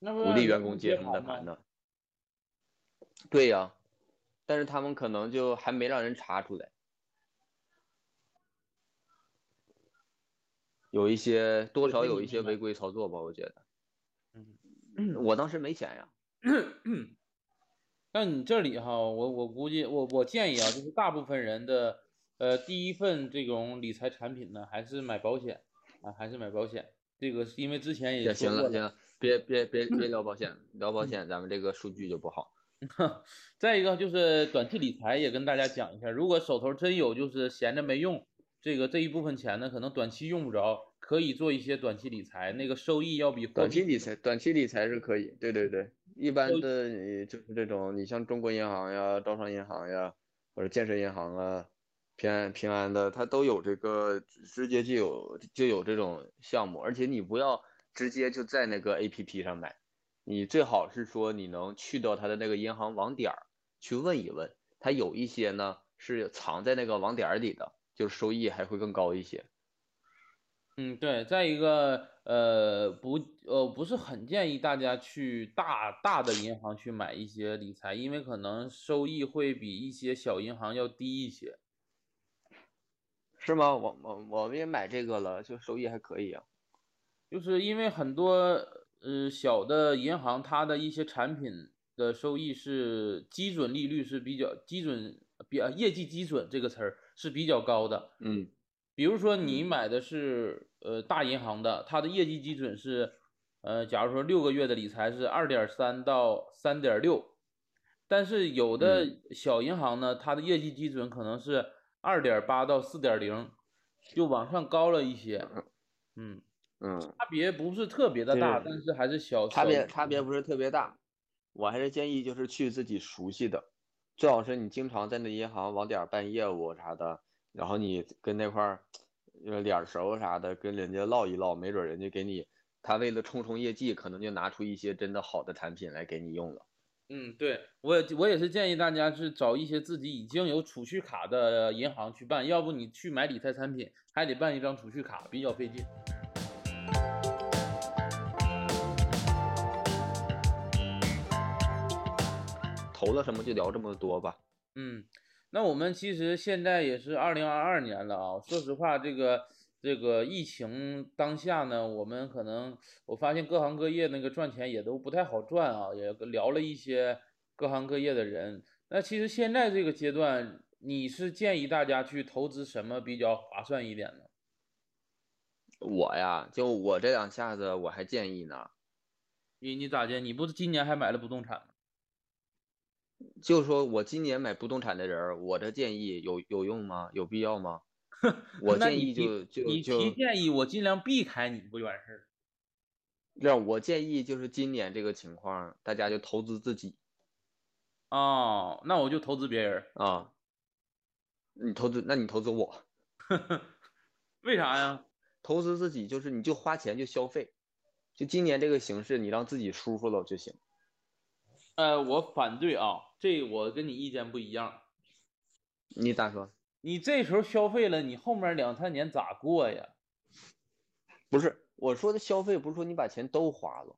那不
鼓励员工接
接
他们的盘
呢？
呢。对呀、但是他们可能就还没让人查出来，有一些多
对
少
那
有
你
一些
明白
违规操作吧，我觉得。
嗯
嗯， 我当时没钱呀。
那你这里哈，我我估计我我建议啊，就是大部分人的呃第一份这种理财产品呢，还是买保险啊，还是买保险。这个是因为之前也
也
说
行
过
了，行了，别别别 别聊保险，聊保险咱们这个数据就不好。
再一个就是短期理财，也跟大家讲一下，如果手头真有就是闲着没用，这个这一部分钱呢，可能短期用不着，可以做一些短期理财，那个收益要比货
短
币
期理财，短期理财是可以，对对对，一
都
般的你就是这种，你像中国银行呀、招商银行呀，或者建设银行啊、平安平安的，它都有这个直接就有就有这种项目，而且你不要直接就在那个 APP 上买，你最好是说你能去到它的那个银行网点儿去问一问，它有一些呢是藏在那个网点儿里的，就是收益还会更高一些。
嗯，对，再一个，呃，不，呃，不是很建议大家去大大的银行去买一些理财，因为可能收益会比一些小银行要低一些。
是吗？我我我们也买这个了，就收益还可以啊。
就是因为很多呃小的银行，它的一些产品的收益是基准利率是比较基准比啊业绩基准这个词儿是比较高的，
嗯。
比如说你买的是呃大银行的，它的业绩基准是，呃，假如说六个月的理财是二点三到三点六，但是有的
嗯
小银行呢，它的业绩基准可能是二点八到四点零，就往上高了一些，嗯，
嗯，
差别不是特别的大，
对
但是还是小
差
小
别差
嗯
别不是特别大，我还是建议就是去自己熟悉的，最好是你经常在那银行网点儿办业务啥的，然后你跟那块儿呃脸儿熟啥的，跟人家唠一唠，没准儿人家给你，他为了冲冲业绩，可能就拿出一些真的好的产品来给你用了。
嗯，对，我也我也是建议大家是找一些自己已经有储蓄卡的银行去办，要不你去买理财产品还得办一张储蓄卡，比较费劲。
投了什么就聊这么多吧。
嗯，那我们其实现在也是二零二二年了啊。说实话，这个这个疫情当下呢，我们可能我发现各行各业那个赚钱也都不太好赚啊，也聊了一些各行各业的人。那其实现在这个阶段，你是建议大家去投资什么比较划算一点呢？
我呀，就我这两下子，我还建议呢，
你你咋的？你不是今年还买了不动产吗？
就说我今年买不动产的人儿，我的建议有有用吗？有必要 吗？我
那
建
你
议
提
就就
你
就
提建议，我尽量避开你，不就完事儿了？
让我建议就是今年这个情况，大家就投资自己
哦，那我就投资别人儿，
啊。你投资，那你投资我，
为啥呀？
投资自己就是你就花钱就消费，就今年这个形势，你让自己舒服了就行。
呃，我反对啊，这我跟你意见不一样。
你咋说？
你这时候消费了，你后面两三年咋过呀？
不是我说的消费，不是说你把钱都花了，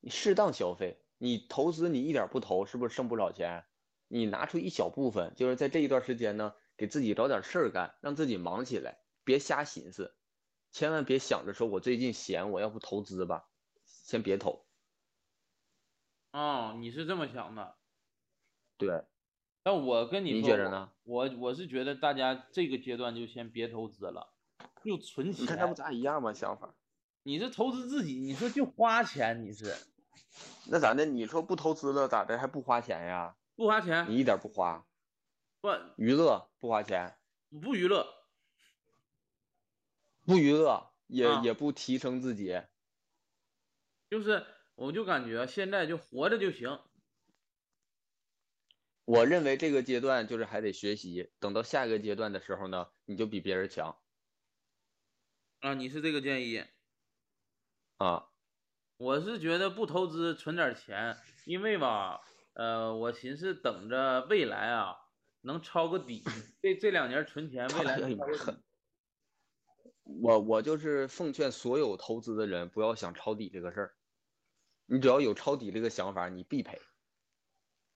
你适当消费，你投资你一点儿不投，是不是剩不少钱？你拿出一小部分，就是在这一段时间呢，给自己找点事儿干，让自己忙起来，别瞎寻思，千万别想着说我最近闲，我要不投资吧，先别投。
啊、你是这么想的？
对，
但我跟你
你
说，
觉着呢？
我我是觉得大家这个阶段就先别投资了，就存
你
钱
看。咱不咱俩一样吗？想法？
你是投资自己，你说就花钱，你是
那咋的？你说不投资了咋的？还不花钱呀？
不花钱
你一点儿不花，
不
娱乐不花钱，
不娱乐，
不娱乐也
啊
也不提升自己。
就是我就感觉现在就活着就行。
我认为这个阶段就是还得学习，等到下一个阶段的时候呢，你就比别人强
啊，你是这个建议，
啊。
我是觉得不投资存点钱，因为吧，呃，我寻思等着未来啊能抄个底，这这两年存钱， 未来
哎
能抄个底。
我我就是奉劝所有投资的人，不要想抄底这个事儿。你只要有抄底这个想法，你必赔。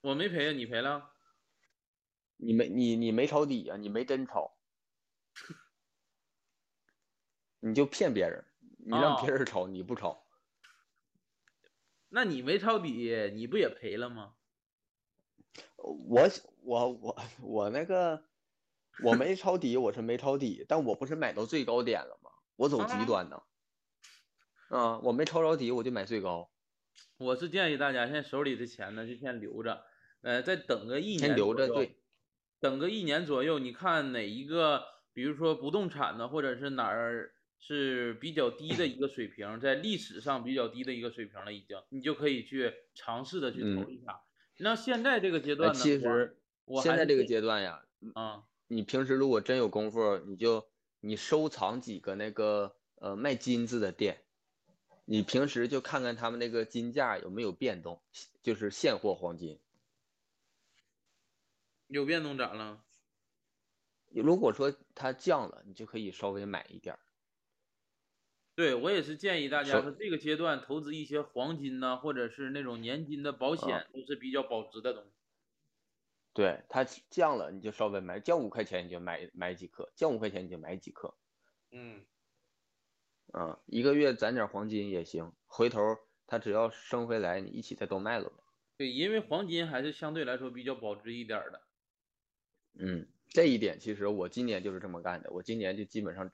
我没赔啊，你赔了？
你没你你没抄底啊，你没真 抄，你就骗别人，你让
啊
别人抄，你不抄。
那你没抄底，你不也赔了吗？
我我我我那个我没抄底，我是没抄底，但我不是买到最高点了吗？我走极端呢。啊，我没抄着底，我就买最高。
我是建议大家现在手里的钱呢，就先留着，呃，再等个一年，
先留着，对，
等个一年左右，你看哪一个，比如说不动产呢，或者是哪儿是比较低的一个水平，在历史上比较低的一个水平了，已经，你就可以去尝试的去投一下。那现在这个阶段
嗯呃
呢，
哎其实
我
现在这个阶段呀，
啊，
你平时如果真有功夫，你就你收藏几个那个呃卖金子的店。你平时就看看他们那个金价有没有变动，就是现货黄金
有变动咋了？
如果说它降了，你就可以稍微买一点儿。
对我也是建议大家说，这个阶段投资一些黄金呐、啊，或者是那种年金的
啊
保险，都是比较保值的东西。
对它降了，你就稍微买，降五块钱你就买买几克，降五块钱你就买几克。
嗯。
啊，一个月攒点黄金也行，回头它只要升回来，你一起再都卖了呗。
对，因为黄金还是相对来说比较保值一点的。
嗯，这一点其实我今年就是这么干的，我今年就基本上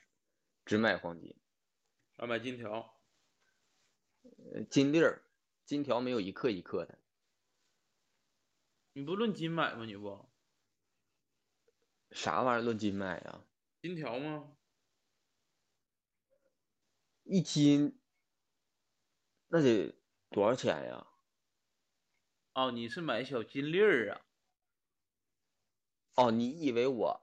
只买黄金，
啊，买金条，
呃，金粒儿，金条没有一克一克的。
你不论斤买吗？你不？
啥玩意儿论斤买啊？
金条吗？
一斤，那得多少钱呀？
哦，你是买小金粒儿啊？
哦，你以为我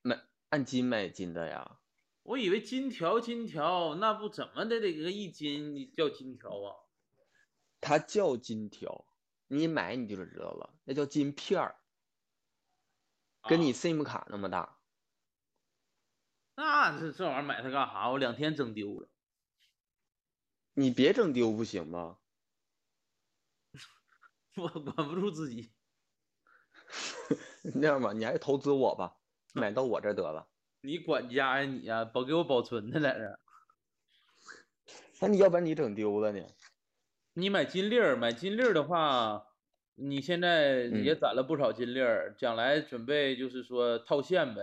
买按斤买金的呀？
我以为金条金条，那不怎么的得个一斤叫金条啊？
它叫金条，你买你就知道了，那叫金片儿，跟你 SIM 卡那么大。
啊那这这玩意儿买它干啥？我两天整丢了。
你别整丢不行吗？
我管不住自己。
那样吧，你还是投资我吧，买到我这得了。
你管家呀、啊、你呀、啊，保给我保存的在这。
那你要不然你整丢了呢？
你买金粒儿，买金粒儿的话，你现在也攒了不少金粒儿，
嗯、
将来准备就是说套现呗。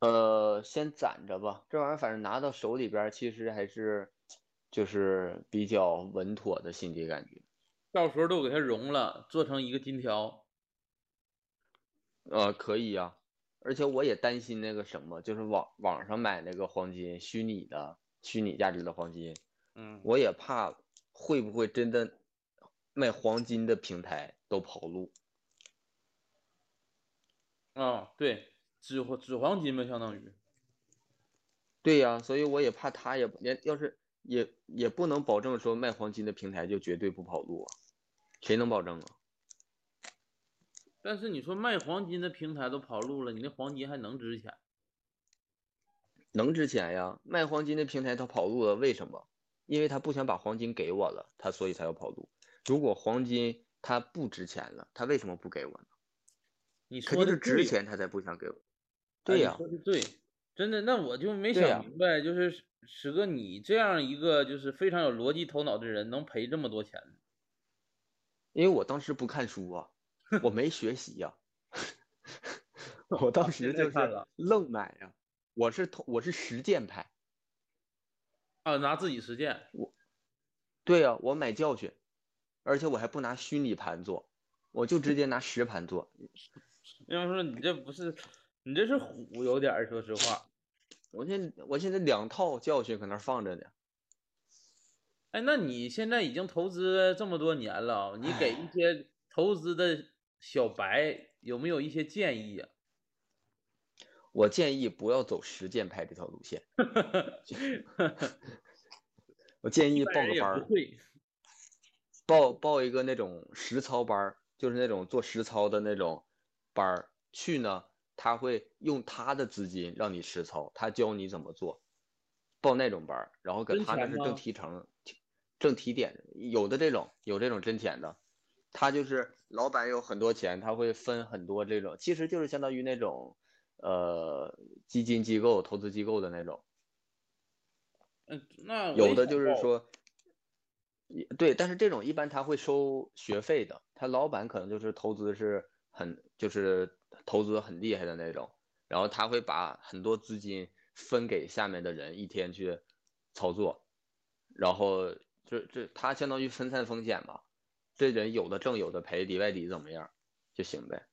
呃，先攒着吧，这玩意儿反正拿到手里边，其实还是就是比较稳妥的心理感觉。
到时候都给它融了，做成一个金条。
呃，可以呀、啊，而且我也担心那个什么，就是网网上买那个黄金，虚拟的、虚拟价值的黄金，
嗯，
我也怕会不会真的卖黄金的平台都跑路。
啊、哦，对。纸黄纸黄金呗，相当于。
对呀、啊，所以我也怕他也也要是也也不能保证说卖黄金的平台就绝对不跑路啊，谁能保证啊？
但是你说卖黄金的平台都跑路了，你那黄金还能值钱？
能值钱呀！卖黄金的平台它跑路了，为什么？因为他不想把黄金给我了，他所以才要跑路。如果黄金它不值钱了，他为什么不给我呢？
你
肯定
是
值钱他才不想给我。对呀、
啊，说的对，真的，那我就没想明白，
啊、
就是石哥，你这样一个就是非常有逻辑头脑的人，能赔这么多钱
因为我当时不看书啊，我没学习呀、啊，我当时就是愣买呀，我是我是实践派，
啊，拿自己实践，
我，对呀，我买教训，而且我还不拿虚拟盘做，我就直接拿实盘做。
要说你这不是。你这是虎有点儿，说实话，
我现我现在两套教训搁那放着呢。
哎，那你现在已经投资这么多年了，你给一些投资的小白有没有一些建议啊？
我建议不要走实践派这条路 线，我建议报
本人
个
也
班儿
不，会，
报报一个那种实操班儿，就是那种做实操的那种班儿。去呢，他会用他的资金让你实操，他教你怎么做，报那种班儿，然后搁
真
他那
钱
是
吗
挣提成，挣提点。有的这种有这种真钱的，他就是老板有很多钱，他会分很多这种，其实就是相当于那种呃基金机构、投资机构的那种。
嗯，那我也
有的
想
就是
报
说，也对，但是这种一般他会收学费的，他老板可能就是投资是很就是投资很厉害的那种，然后他会把很多资金分给下面的人一天去操作，然后这这他相当于分散风险嘛，这人有的挣有的赔，里外里怎么样就行呗，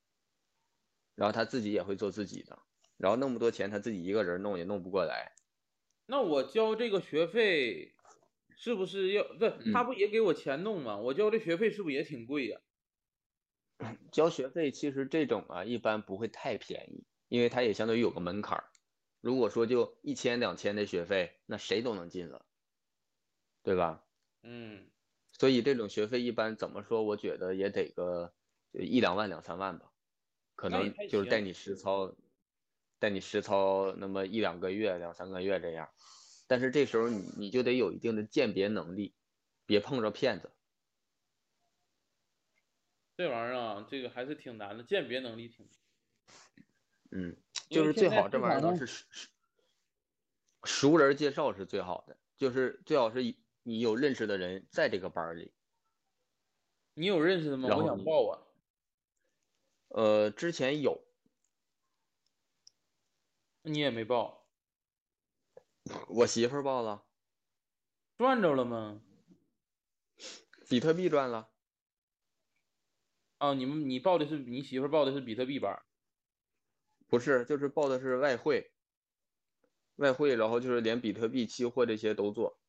然后他自己也会做自己的，然后那么多钱他自己一个人弄也弄不过来。
那我交这个学费，是不是要？不是，他
嗯
不也给我钱弄吗？我交这学费是不是也挺贵呀、
交学费其实这种啊，一般不会太便宜，因为它也相当于有个门槛儿。如果说就一千两千的学费，那谁都能进了，对吧？
嗯，
所以这种学费一般怎么说，我觉得也得个就一两万两三万吧，可
那也
能
还
就是带
行
你实操，带你实操那么一两个月两三个月这样。但是这时候你你就得有一定的鉴别能力，别碰着骗子。
这玩意儿啊，这个还是挺难的，鉴别能力挺。
嗯，
因
就
为
是
现
最
在
好这
市
玩意儿
场
都
上
是熟熟熟人介绍是最好的，就是最好是以你有认识的人在这个班儿里。
你有认识的吗？
然
我
后
想
你
报啊。
呃，之前有，
你也没报，
我媳妇儿报了，
赚着了吗？
比特币赚了，
啊，你们你报的是你媳妇儿报的是比特币班儿，
不是，就是报的是外汇，外汇，然后就是连比特币、期货这些都做。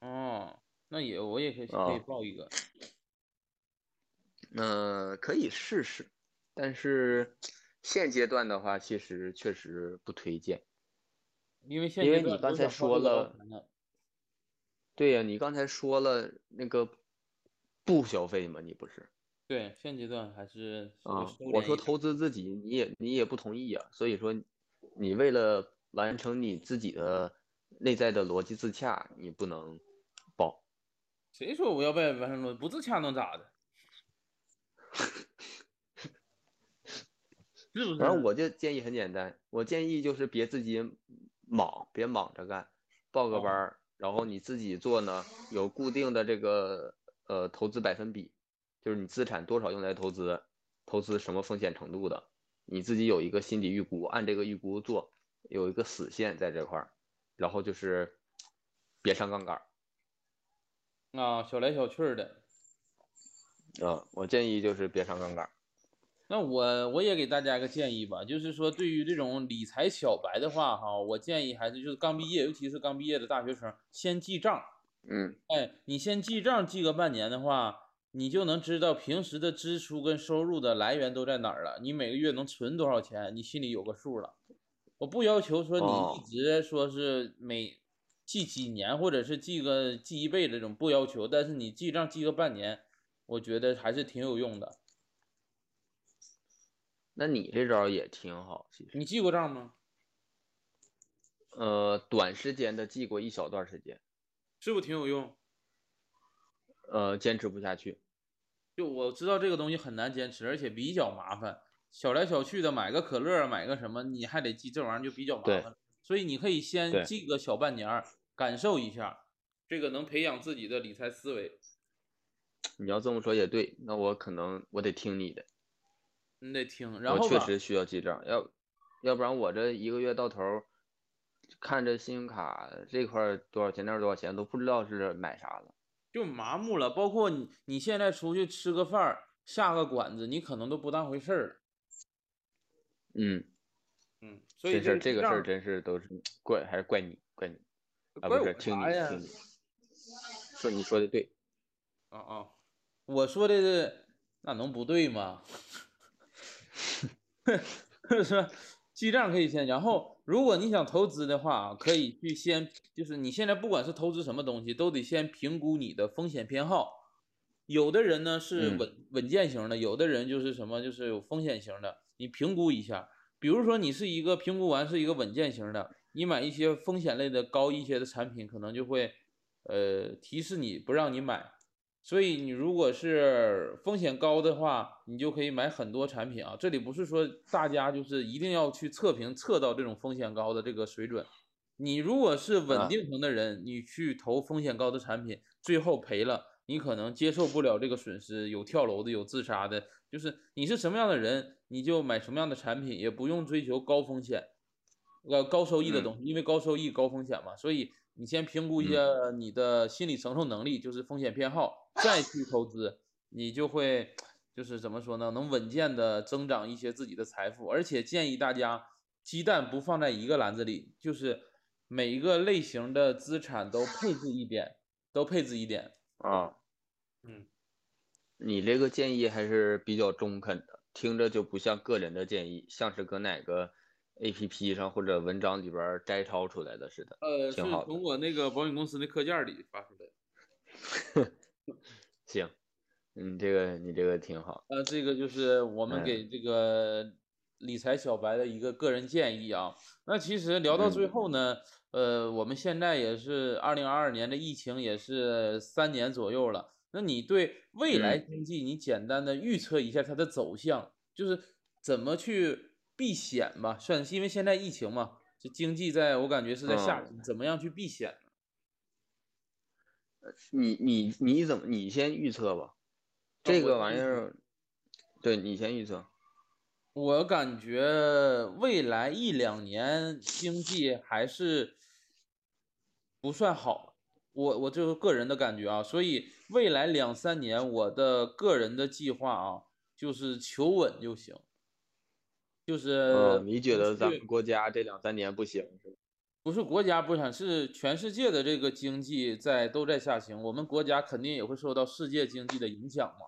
哦，那也我也可以可以
啊
报一个。
嗯、可以试试，但是现阶段的话，其实确实不推荐。
因为现
因
阶
为你
段
刚
都
才
想
说
靠这个捞
了
钱的
对呀、你刚才说了那个不消费嘛，你不是？
对，现阶段还是稍微
啊
收，
我
敛
说
一点
投资自己，你也你也不同意啊，所以说你为了完成你自己的内在的逻辑自洽，你不能报。
谁说我要被完成了不自洽能咋的？是不是？
反正我就建议很简单，我建议就是别自己莽，别莽着干，报个
哦
班儿，然后你自己做呢，有固定的这个呃投资百分比，就是你资产多少用来投资，投资什么风险程度的，你自己有一个心理预估，按这个预估做，有一个死线在这块儿，然后就是别上杠杆儿
啊，小来小去儿的。
啊、我建议就是别上杠杆儿，
那我我也给大家一个建议吧，就是说对于这种理财小白的话，哈，我建议还是就是刚毕业，尤其是刚毕业的大学生，先记账。
嗯
哎，你先记账记个半年的话，你就能知道平时的支出跟收入的来源都在哪儿了，你每个月能存多少钱，你心里有个数了。我不要求说你
哦
一直说是每记几年或者是记个记一辈子这种不要求，但是你记账记个半年，我觉得还是挺有用的。
那你这招儿也挺好，其实，
你记过账吗？
呃，短时间的记过一小段儿时间。
是不是挺有用？
呃，坚持不下去。
就我知道这个东西很难坚持，而且比较麻烦，小来小去的买个可乐儿，买个什么，你还得记，这玩意儿就比较麻
对
烦。所以你可以先
对
记个小半年儿，感受一下，这个能培养自己的理财思维。
你要这么说也对，那我可能我得听你的，
你得听，然
我
后
确
吧
实需要记账，要要不然我这一个月到头儿，看着信用卡这块儿多少钱，那儿多少钱，都不知道是买啥了。
就麻木了。包括你，你现在出去吃个饭儿，下个馆子，你可能都不当回事儿了。
嗯，
嗯，所以
这事儿这
记
个事儿
账呃
真是都是怪，还是怪你，怪你啊，
怪
不是
我
听你
啥呀
听你，说你说的对，
啊啊，我说的那能不对吗？ 是吧？记账可以先，然后如果你想投资的话啊，可以去先，就是你现在不管是投资什么东西，都得先评估你的风险偏好。有的人呢是
嗯
稳稳健型的，有的人就是什么就是有风险型的，你评估一下。比如说你是一个评估完是一个稳健型的，你买一些风险类的高一些的产品，可能就会呃提示你不让你买。所以你如果是风险高的话，你就可以买很多产品啊。这里不是说大家就是一定要去测评测到这种风险高的这个水准。你如果是稳
啊
定型的人，你去投风险高的产品，最后赔了，你可能接受不了这个损失，有跳楼的，有自杀的，就是你是什么样的人，你就买什么样的产品，也不用追求高风险，呃高收益的
嗯
东西，因为高收益高风险嘛，所以你先评估一下你的心理承受能力，就是风险偏好，再去投资，你就会就是怎么说呢，能稳健的增长一些自己的财富，而且建议大家鸡蛋不放在一个篮子里，就是每一个类型的资产都配置一点，都配置一点。
啊，
嗯，
你这个建议还是比较中肯的，听着就不像个人的建议，像是搁哪个 APP 上或者文章里边儿摘抄出来的似的。
呃，是
挺好的
从我那个保险公司那课件里发出来的。
行，嗯，这个你这个挺好。
呃，这个就是我们
嗯
给这个理财小白的一个个人建议啊。那其实聊到最
嗯
后呢，呃，我们现在也是二零二二年的疫情也是三年左右了。那你对未来
嗯
经济，你简单的预测一下它的走向，就是怎么去避险吧？算是因为现在疫情嘛，这经济在我感觉是在下
嗯
行，怎么样去避险？
你你你怎么你先预测吧，这
哦我
个
先
玩
预
意
测
儿，对你先预测。
我感觉未来一两年经济还是不算好，我我就是个人的感觉啊，所以未来两三年我的个人的计划啊，就是求稳就行，就是
嗯，你觉
不
得咱
去
们国家这两三年不行是吧？
不是国家不想，是全世界的这个经济在都在下行，我们国家肯定也会受到世界经济的影响嘛。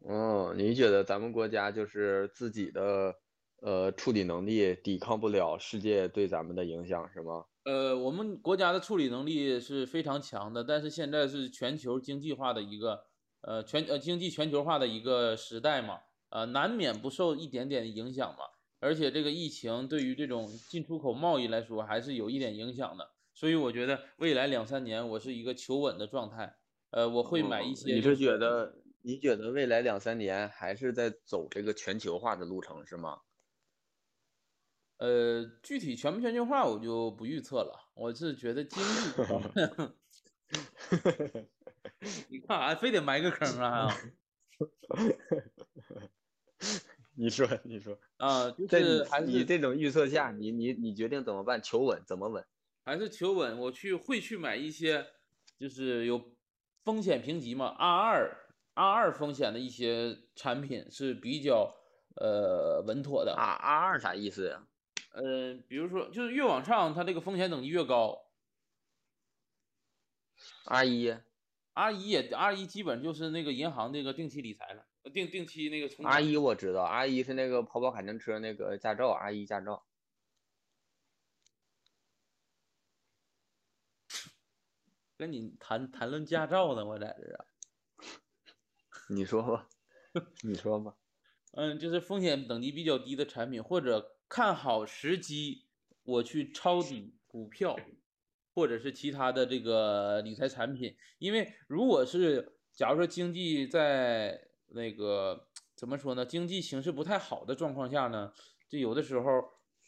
哦，你觉得咱们国家就是自己的呃处理能力抵抗不了世界对咱们的影响是吗？
呃，我们国家的处理能力是非常强的，但是现在是全球经济化的一个，呃，全呃经济全球化的一个时代嘛，呃，难免不受一点点影响嘛。而且这个疫情对于这种进出口贸易来说还是有一点影响的，所以我觉得未来两三年我是一个求稳的状态，呃，我会买一
嗯
些
你
就是
觉得你觉得未来两三年还是在走这个全球化的路程是吗？
呃，具体全不全球化我就不预测了，我是觉得经济这方面 你干啥非得埋个坑啊？
你说，你说，
啊，就
在
是
你
还
你
是
这种预测下，你你你决定怎么办？求稳怎么稳？
还是求稳，我去会去买一些，就是有风险评级嘛，R 二 R 二风险的一些产品是比较呃稳妥的。
R R 啊二啥意思呀？
呃，比如说就是越往上，它这个风险等级越高。
r 一
R 一也 R 一基本就是那个银行那个定期理财了，呃定定期那个存
R
款
一我知道，R 一是那个跑跑卡丁车那个驾照，R 一驾照。
跟你谈谈论驾照呢，我在这儿啊。
你说吧，你说 吧。
嗯，就是风险等级比较低的产品，或者看好时机，我去抄底股票，或者是其他的这个理财产品。因为如果是假如说经济在那个怎么说呢，经济形势不太好的状况下呢，就有的时候，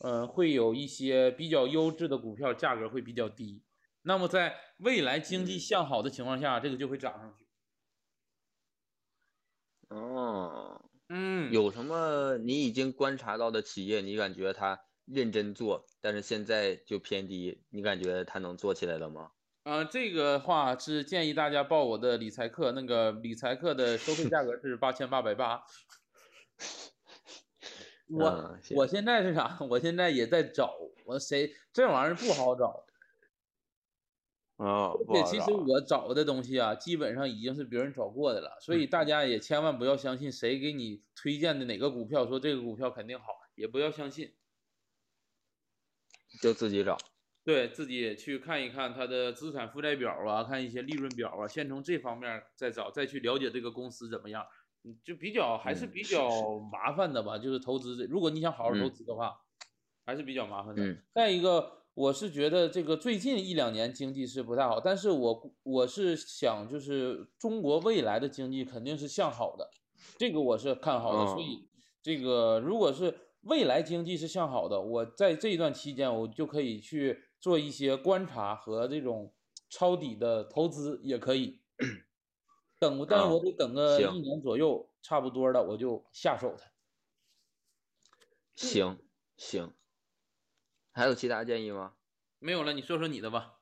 嗯、会有一些比较优质的股票价格会比较低。那么在未来经济
嗯
向好的情况下，这个就会涨上去。
哦，
嗯，
有什么你已经观察到的企业，你感觉它认真做，但是现在就偏低，你感觉它能做起来了吗？
呃，这个话是建议大家报我的理财课，那个理财课的收费价格是八千八 百八。我、
嗯行
我现在是啥？我现在也在找，我谁这玩意儿不好找，
啊，不
对，
好
其
找
实我找的东西啊，基本上已经是别人找过的了，所
嗯
以大家也千万不要相信谁给你推荐的哪个股票，说这个股票肯定好，也不要相信，
就自己找。
对自己去看一看它的资产负债表啊，看一些利润表啊，先从这方面再找，再去了解这个公司怎么样，嗯就比较还是
嗯
比
是是
较麻烦的吧，就是投资这，如果你想好好投
嗯
资的话，还是比较麻烦的。
嗯
再一个，我是觉得这个最近一两年经济是不太好，但是我估我是想就是中国未来的经济肯定是向好的，这个我是看好的，所
嗯
以这个如果是未来经济是向好的，我在这一段期间我就可以去做一些观察和这种抄底的投资也可以。等，但
嗯
我得等个一
行
年左右，差不多了，我就下手它。
行行，还有其他建议吗？
没有了，你说说你的吧。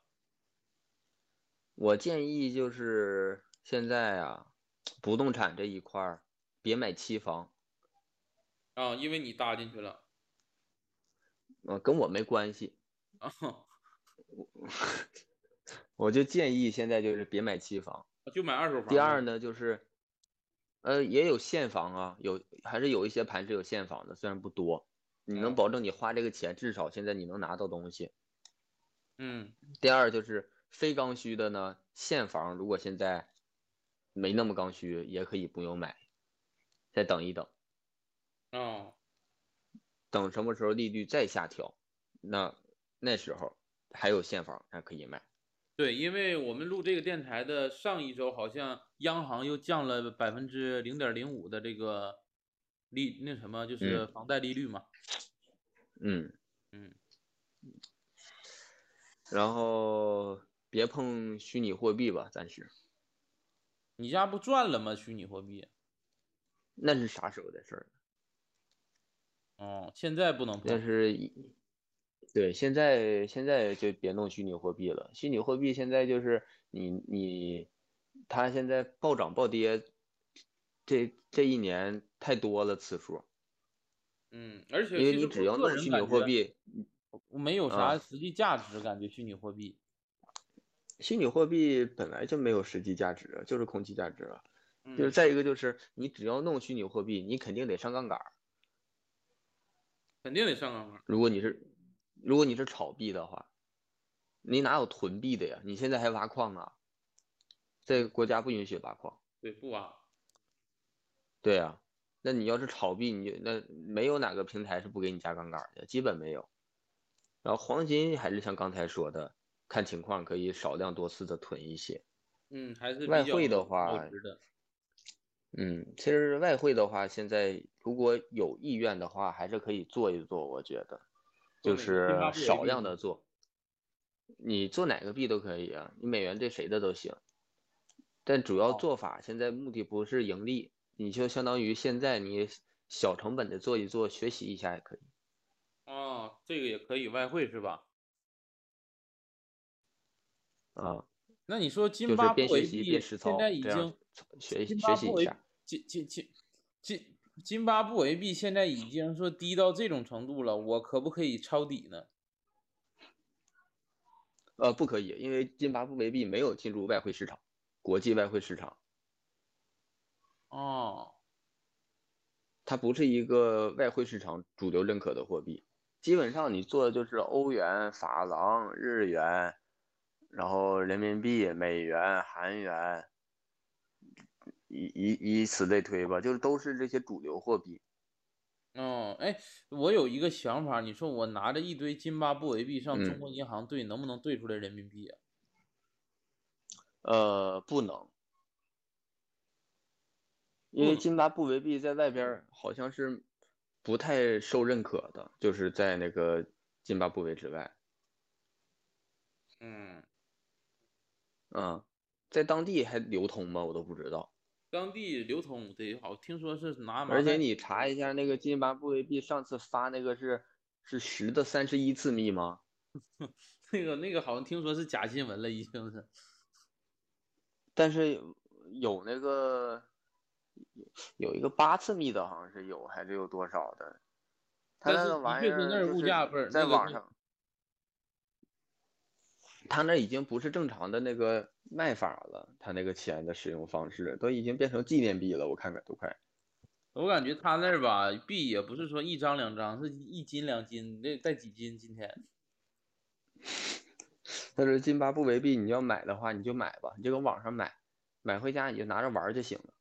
我建议就是现在啊，不动产这一块儿别买期房，
啊，因为你搭进去了。
呃，跟我没关系。
啊，
我就建议现在就是别买期房。
就买二手房。
第二，呢，就是，呃，也有现房啊，有还是有一些盘是有现房的，虽然不多，你能
嗯
保证你花这个钱，至少现在你能拿到东西。
嗯
第二就是非刚需的呢，现房如果现在没那么刚需，也可以不用买，再等一等，
啊，
等什么时候利率再下调，那那时候还有现房还可以买。
对，因为我们录这个电台的上一周，好像央行又降了百分之零点零五的这个利，那什么就是房贷利率嘛。
嗯
嗯，
然后别碰虚拟货币吧，暂时。
你家不赚了吗？虚拟货币。
那是啥时候的事儿？
哦，现在不能
但
碰。
是一，对，现在现在就别弄虚拟货币了。虚拟货币现在就是你你，它现在暴涨暴跌，这这一年太多了次数，
嗯，而且
因为
其
你
实
只
我
要
个
弄
人
虚拟
感
货
觉
币，
没有啥
啊
实际价值，感觉虚拟货币。
虚拟货币本来就没有实际价值啊，就是空气价值啊。就是
嗯，
再一个就是你只要弄虚拟货币，你肯定得上杠杆儿。
肯定得上杠杆。
如果你是如果你是炒币的话，你哪有囤币的呀？你现在还挖矿呢，这个国家不允许挖矿。
对，不挖。
对呀、那你要是炒币，你就那没有哪个平台是不给你加杠杆儿的，基本没有。然后黄金还是像刚才说的，看情况可以少量多次的囤一些。
嗯，还是比
外
较
汇的
保
话
值的。
嗯，其实外汇的话，现在如果有意愿的话，还是可以做一做，我觉得，
做
就
哪个津巴
是
布韦
少
币
量
吗
的做，你做哪个币都可以啊，你美元对谁的都行，但主要
哦
做法现在目的不是盈利，你就相当于现在你小成本的做一做，学习一下也可以。
哦，这个也可以外汇是吧？
啊，
那你说
就
津
是
巴
边
布
学
韦
习
币
边实操
现，在已
这样
经
学
津
学
巴
习
布
一
韦
下。
津津津津津巴布韦币现在已经说低到这种程度了，我可不可以抄底呢？
呃，不可以，因为津巴布韦币没有进入外汇市场，国际外汇市场。
哦，
它不是一个外汇市场主流认可的货币。基本上你做的就是欧元、法郎、日元，然后人民币、美元、韩元，以以以此类推吧，就是都是这些主流货币。
哦，哎，我有一个想法，你说我拿着一堆津巴布韦币上中
嗯
国银行兑，能不能兑出来人民币啊？
呃，不能，因
不
为
能
津巴布韦币在外边儿好像是不太受认可的，就是在那个津巴布韦之外。
嗯，
嗯，在当地还流通吗？我都不知道。
当地流通得好，听说是拿麻
而且
袋
你查一下那个津巴布韦币上次发那个是是十的三十一次幂吗？
那个那个好像听说是假新闻了，已经是。
但是有那个有一个八次幂的，好像是有还是有多少的？他
但
那
是
个
的
玩
确
意
是那
儿
儿
就
物
是
价不是
在
那个
网
是
上，他那已经不是正常的那个卖法了，他那个钱的使用方式都已经变成纪念币了，我看看都快。
我感觉他那儿吧，币也不是说一张两张，是一斤两斤，那带几斤？今天
但是津巴布韦币，你要买的话，你就买吧，你就搁网上买，买回家你就拿着玩儿就行了。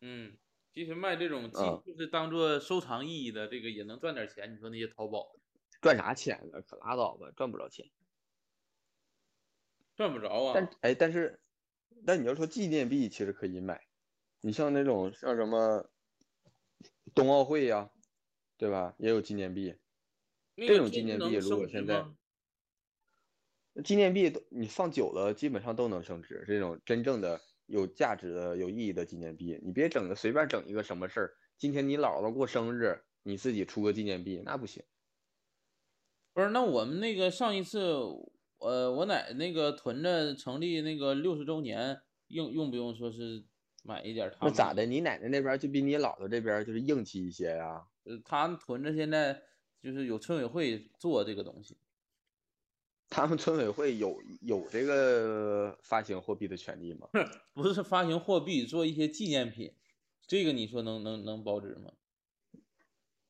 嗯，其实卖这种
啊
鸡就是当做收藏意义的，这个也能赚点钱。你说那些淘宝
赚啥钱呢？可拉倒吧，赚不着钱。
赚不着啊，
但哎，但是，但你要说纪念币，其实可以买。你像那种像什么冬奥会呀、对吧？也有纪念币。
那
这
个
种
金
纪念
能
币如
升
果
值
现在
吗
纪念币都你放久了，基本上都能升值。这种真正的有价值的、有意义的纪念币，你别整个随便整一个什么事儿。今天你姥姥过生日，你自己出个纪念币，那不行。
不是，那我们那个上一次，呃，我奶那个屯子成立那个六十周年，用用不用说是买一点儿他
那
们？
咋的？你奶奶那边就比你姥姥这边就是硬气一些呀、
呃？他们屯子现在就是有村委会做这个东西，
他们村委会有有这个发行货币的权利吗？
不是发行货币，做一些纪念品，这个你说能能能保值吗？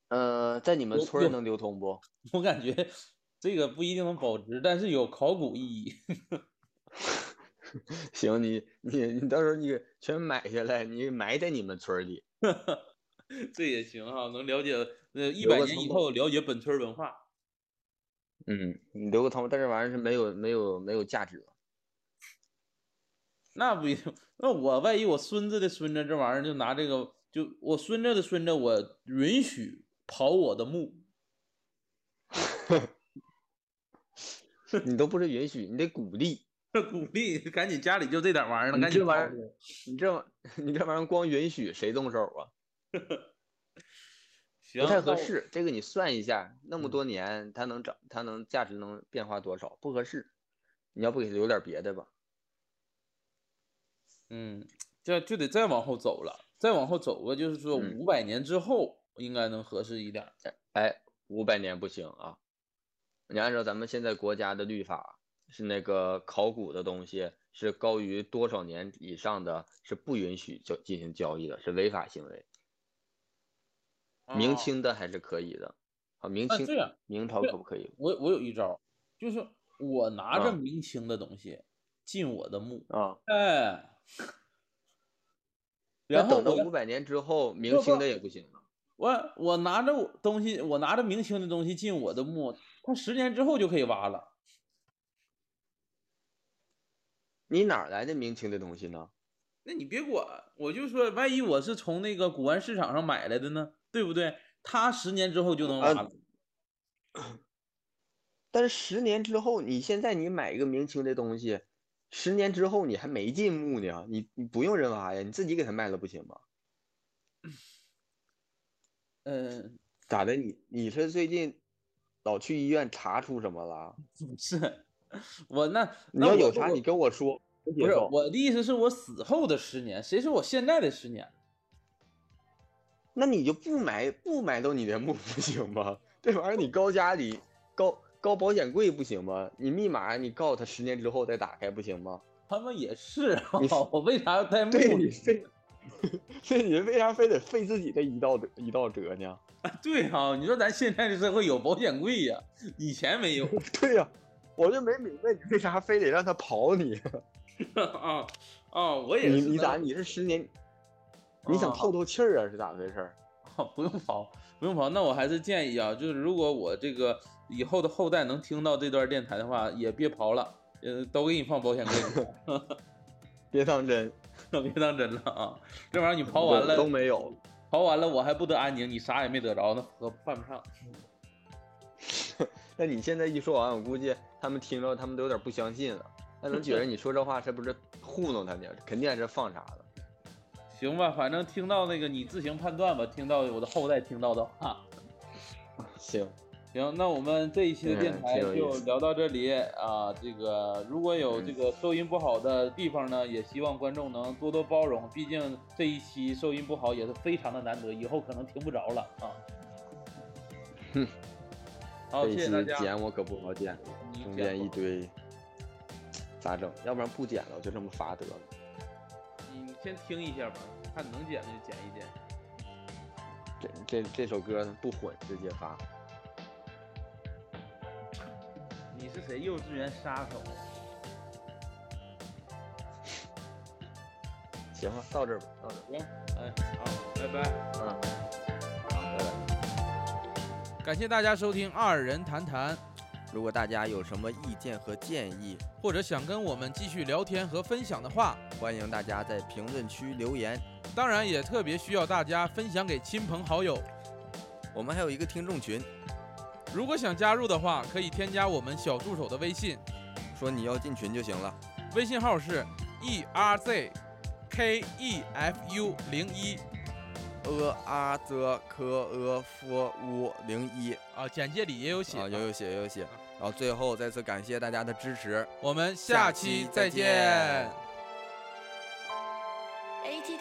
呃，在你们
有
村儿
有
能流通不？
我感觉这个不一定能保值，但是有考古意义。
行，你你你到时候你给全买下来，你埋在你们村儿里。
这也行哈，能了解呃一
留
百
个
年
城
以
堡
后了解本村文化。
嗯，你留个头，但这玩意儿是没有没有没有价值的。
那不一定，那我万一我孙子的孙子这玩意儿就拿这个，就我孙子的孙子，我允许刨我的墓，
你都不是允许，你得鼓励。
鼓励赶紧家里就这点玩意儿了，
你
赶紧
这玩意
刨
儿，你这玩 你这玩意儿光允许谁动手啊？
行
不太
那
合
我
适。这个你算一下，那么
嗯
多年它能涨，它能价值能变化多少？不合适。你要不给留点别的吧？
嗯，这就得再往后走了，再往后走个就是说
嗯
五百年之后应该能合适一点儿。
哎，五百年不行啊！你按照咱们现在国家的律法，是那个考古的东西是高于多少年以上的，是不允许交进行交易的，是违法行为。明
哦，
清的还是可以的，啊，明
那
清
这样，
明朝
这
可不可以？
我我有一招，就是我拿着
啊
明清的东西进我的墓，
啊，
哎，
那
然后
等到
我要
五百年之后，明
不
清
不
的也不行了。
我我拿着我东西，我拿着明清的东西进我的墓，他十年之后就可以挖了。
你哪儿来的明清的东西呢？
那你别管，我就说，万一我是从那个古玩市场上买来的呢，对不对？他十年之后就能挖
啊
了。
但是十年之后，你现在你买一个明清的东西，十年之后你还没进墓呢，你你不用人挖呀，你自己给它卖了不行吗？
嗯、
咋的？你你是最近老去医院查出什么了？
不是，我那
你
那
要
我
有
说
啥
我
你跟我说。我接
不是
受
我的意思是我死后的十年，谁说我现在的十年？
那你就不埋不埋到你的墓不行吗？这玩意儿你高家里高高保险柜不行吗？你密码你告他十年之后再打开不行吗？
他们也是啊
你是，
我为啥要带墓
对你
里？
非，对你为啥非得费自己的一道折一道折呢？
对啊，你说咱现在的社会有保险柜呀、以前没有。
对呀、我就没明白你为啥非得让他刨你？
啊啊，我也
你
是
你
能
咋你是十年？你想
啊
透透气儿啊？是咋回事儿？
不用跑，不用跑。那我还是建议啊，就是如果我这个以后的后代能听到这段电台的话，也别刨了，呃，都给你放保险柜 里
别当真，
了，别当真了啊！这玩意儿你刨完
都都
了，
没有。
刨完了我还不得安宁，你啥也没得着，那可犯不上。
那你现在一说完，我估计他们听着他们都有点不相信了，他能觉得你说这话是不是糊弄他呢？肯定还是放 啥了。
行吧，反正听到那个你自行判断吧，听到我的后代听到的话。
行，
行，那我们这一期的电
嗯
台
挺有意
就
思
聊到这里啊。这个如果有这个收音不好的地方呢，也希望观众能多多包容，毕竟这一期收音不好也是非常的难得，以后可能听不着了啊
哼。
好，
这一
谢谢
期
大家。
剪我可不好剪，
你
中
剪
间
吧
一堆
咋整？要不然不剪了，就这么罚得了。
你先听一下吧，看能剪的就剪一剪。
这这这首歌不混直接发，
你是谁？幼稚园杀手？
行了，到这儿吧，到这儿吧，
哎，好，拜拜。
嗯，好，拜拜。
感谢大家收听《二人谈谈》，
如果大家有什么意见和建议，
或者想跟我们继续聊天和分享的话，
欢迎大家在评论区留言。
当然也特别需要大家分享给亲朋好友。
我们还有一个听众群，
如果想加入的话，可以添加我们小助手的微信，
说你要进群就行了。
微信号是 e r z k e f u 零一
呃啊则科呃 f 乌零一
啊，简介里也有写。
啊，有有写有有写。然后最后再次感谢大家的支持，
我们下期再见。
AT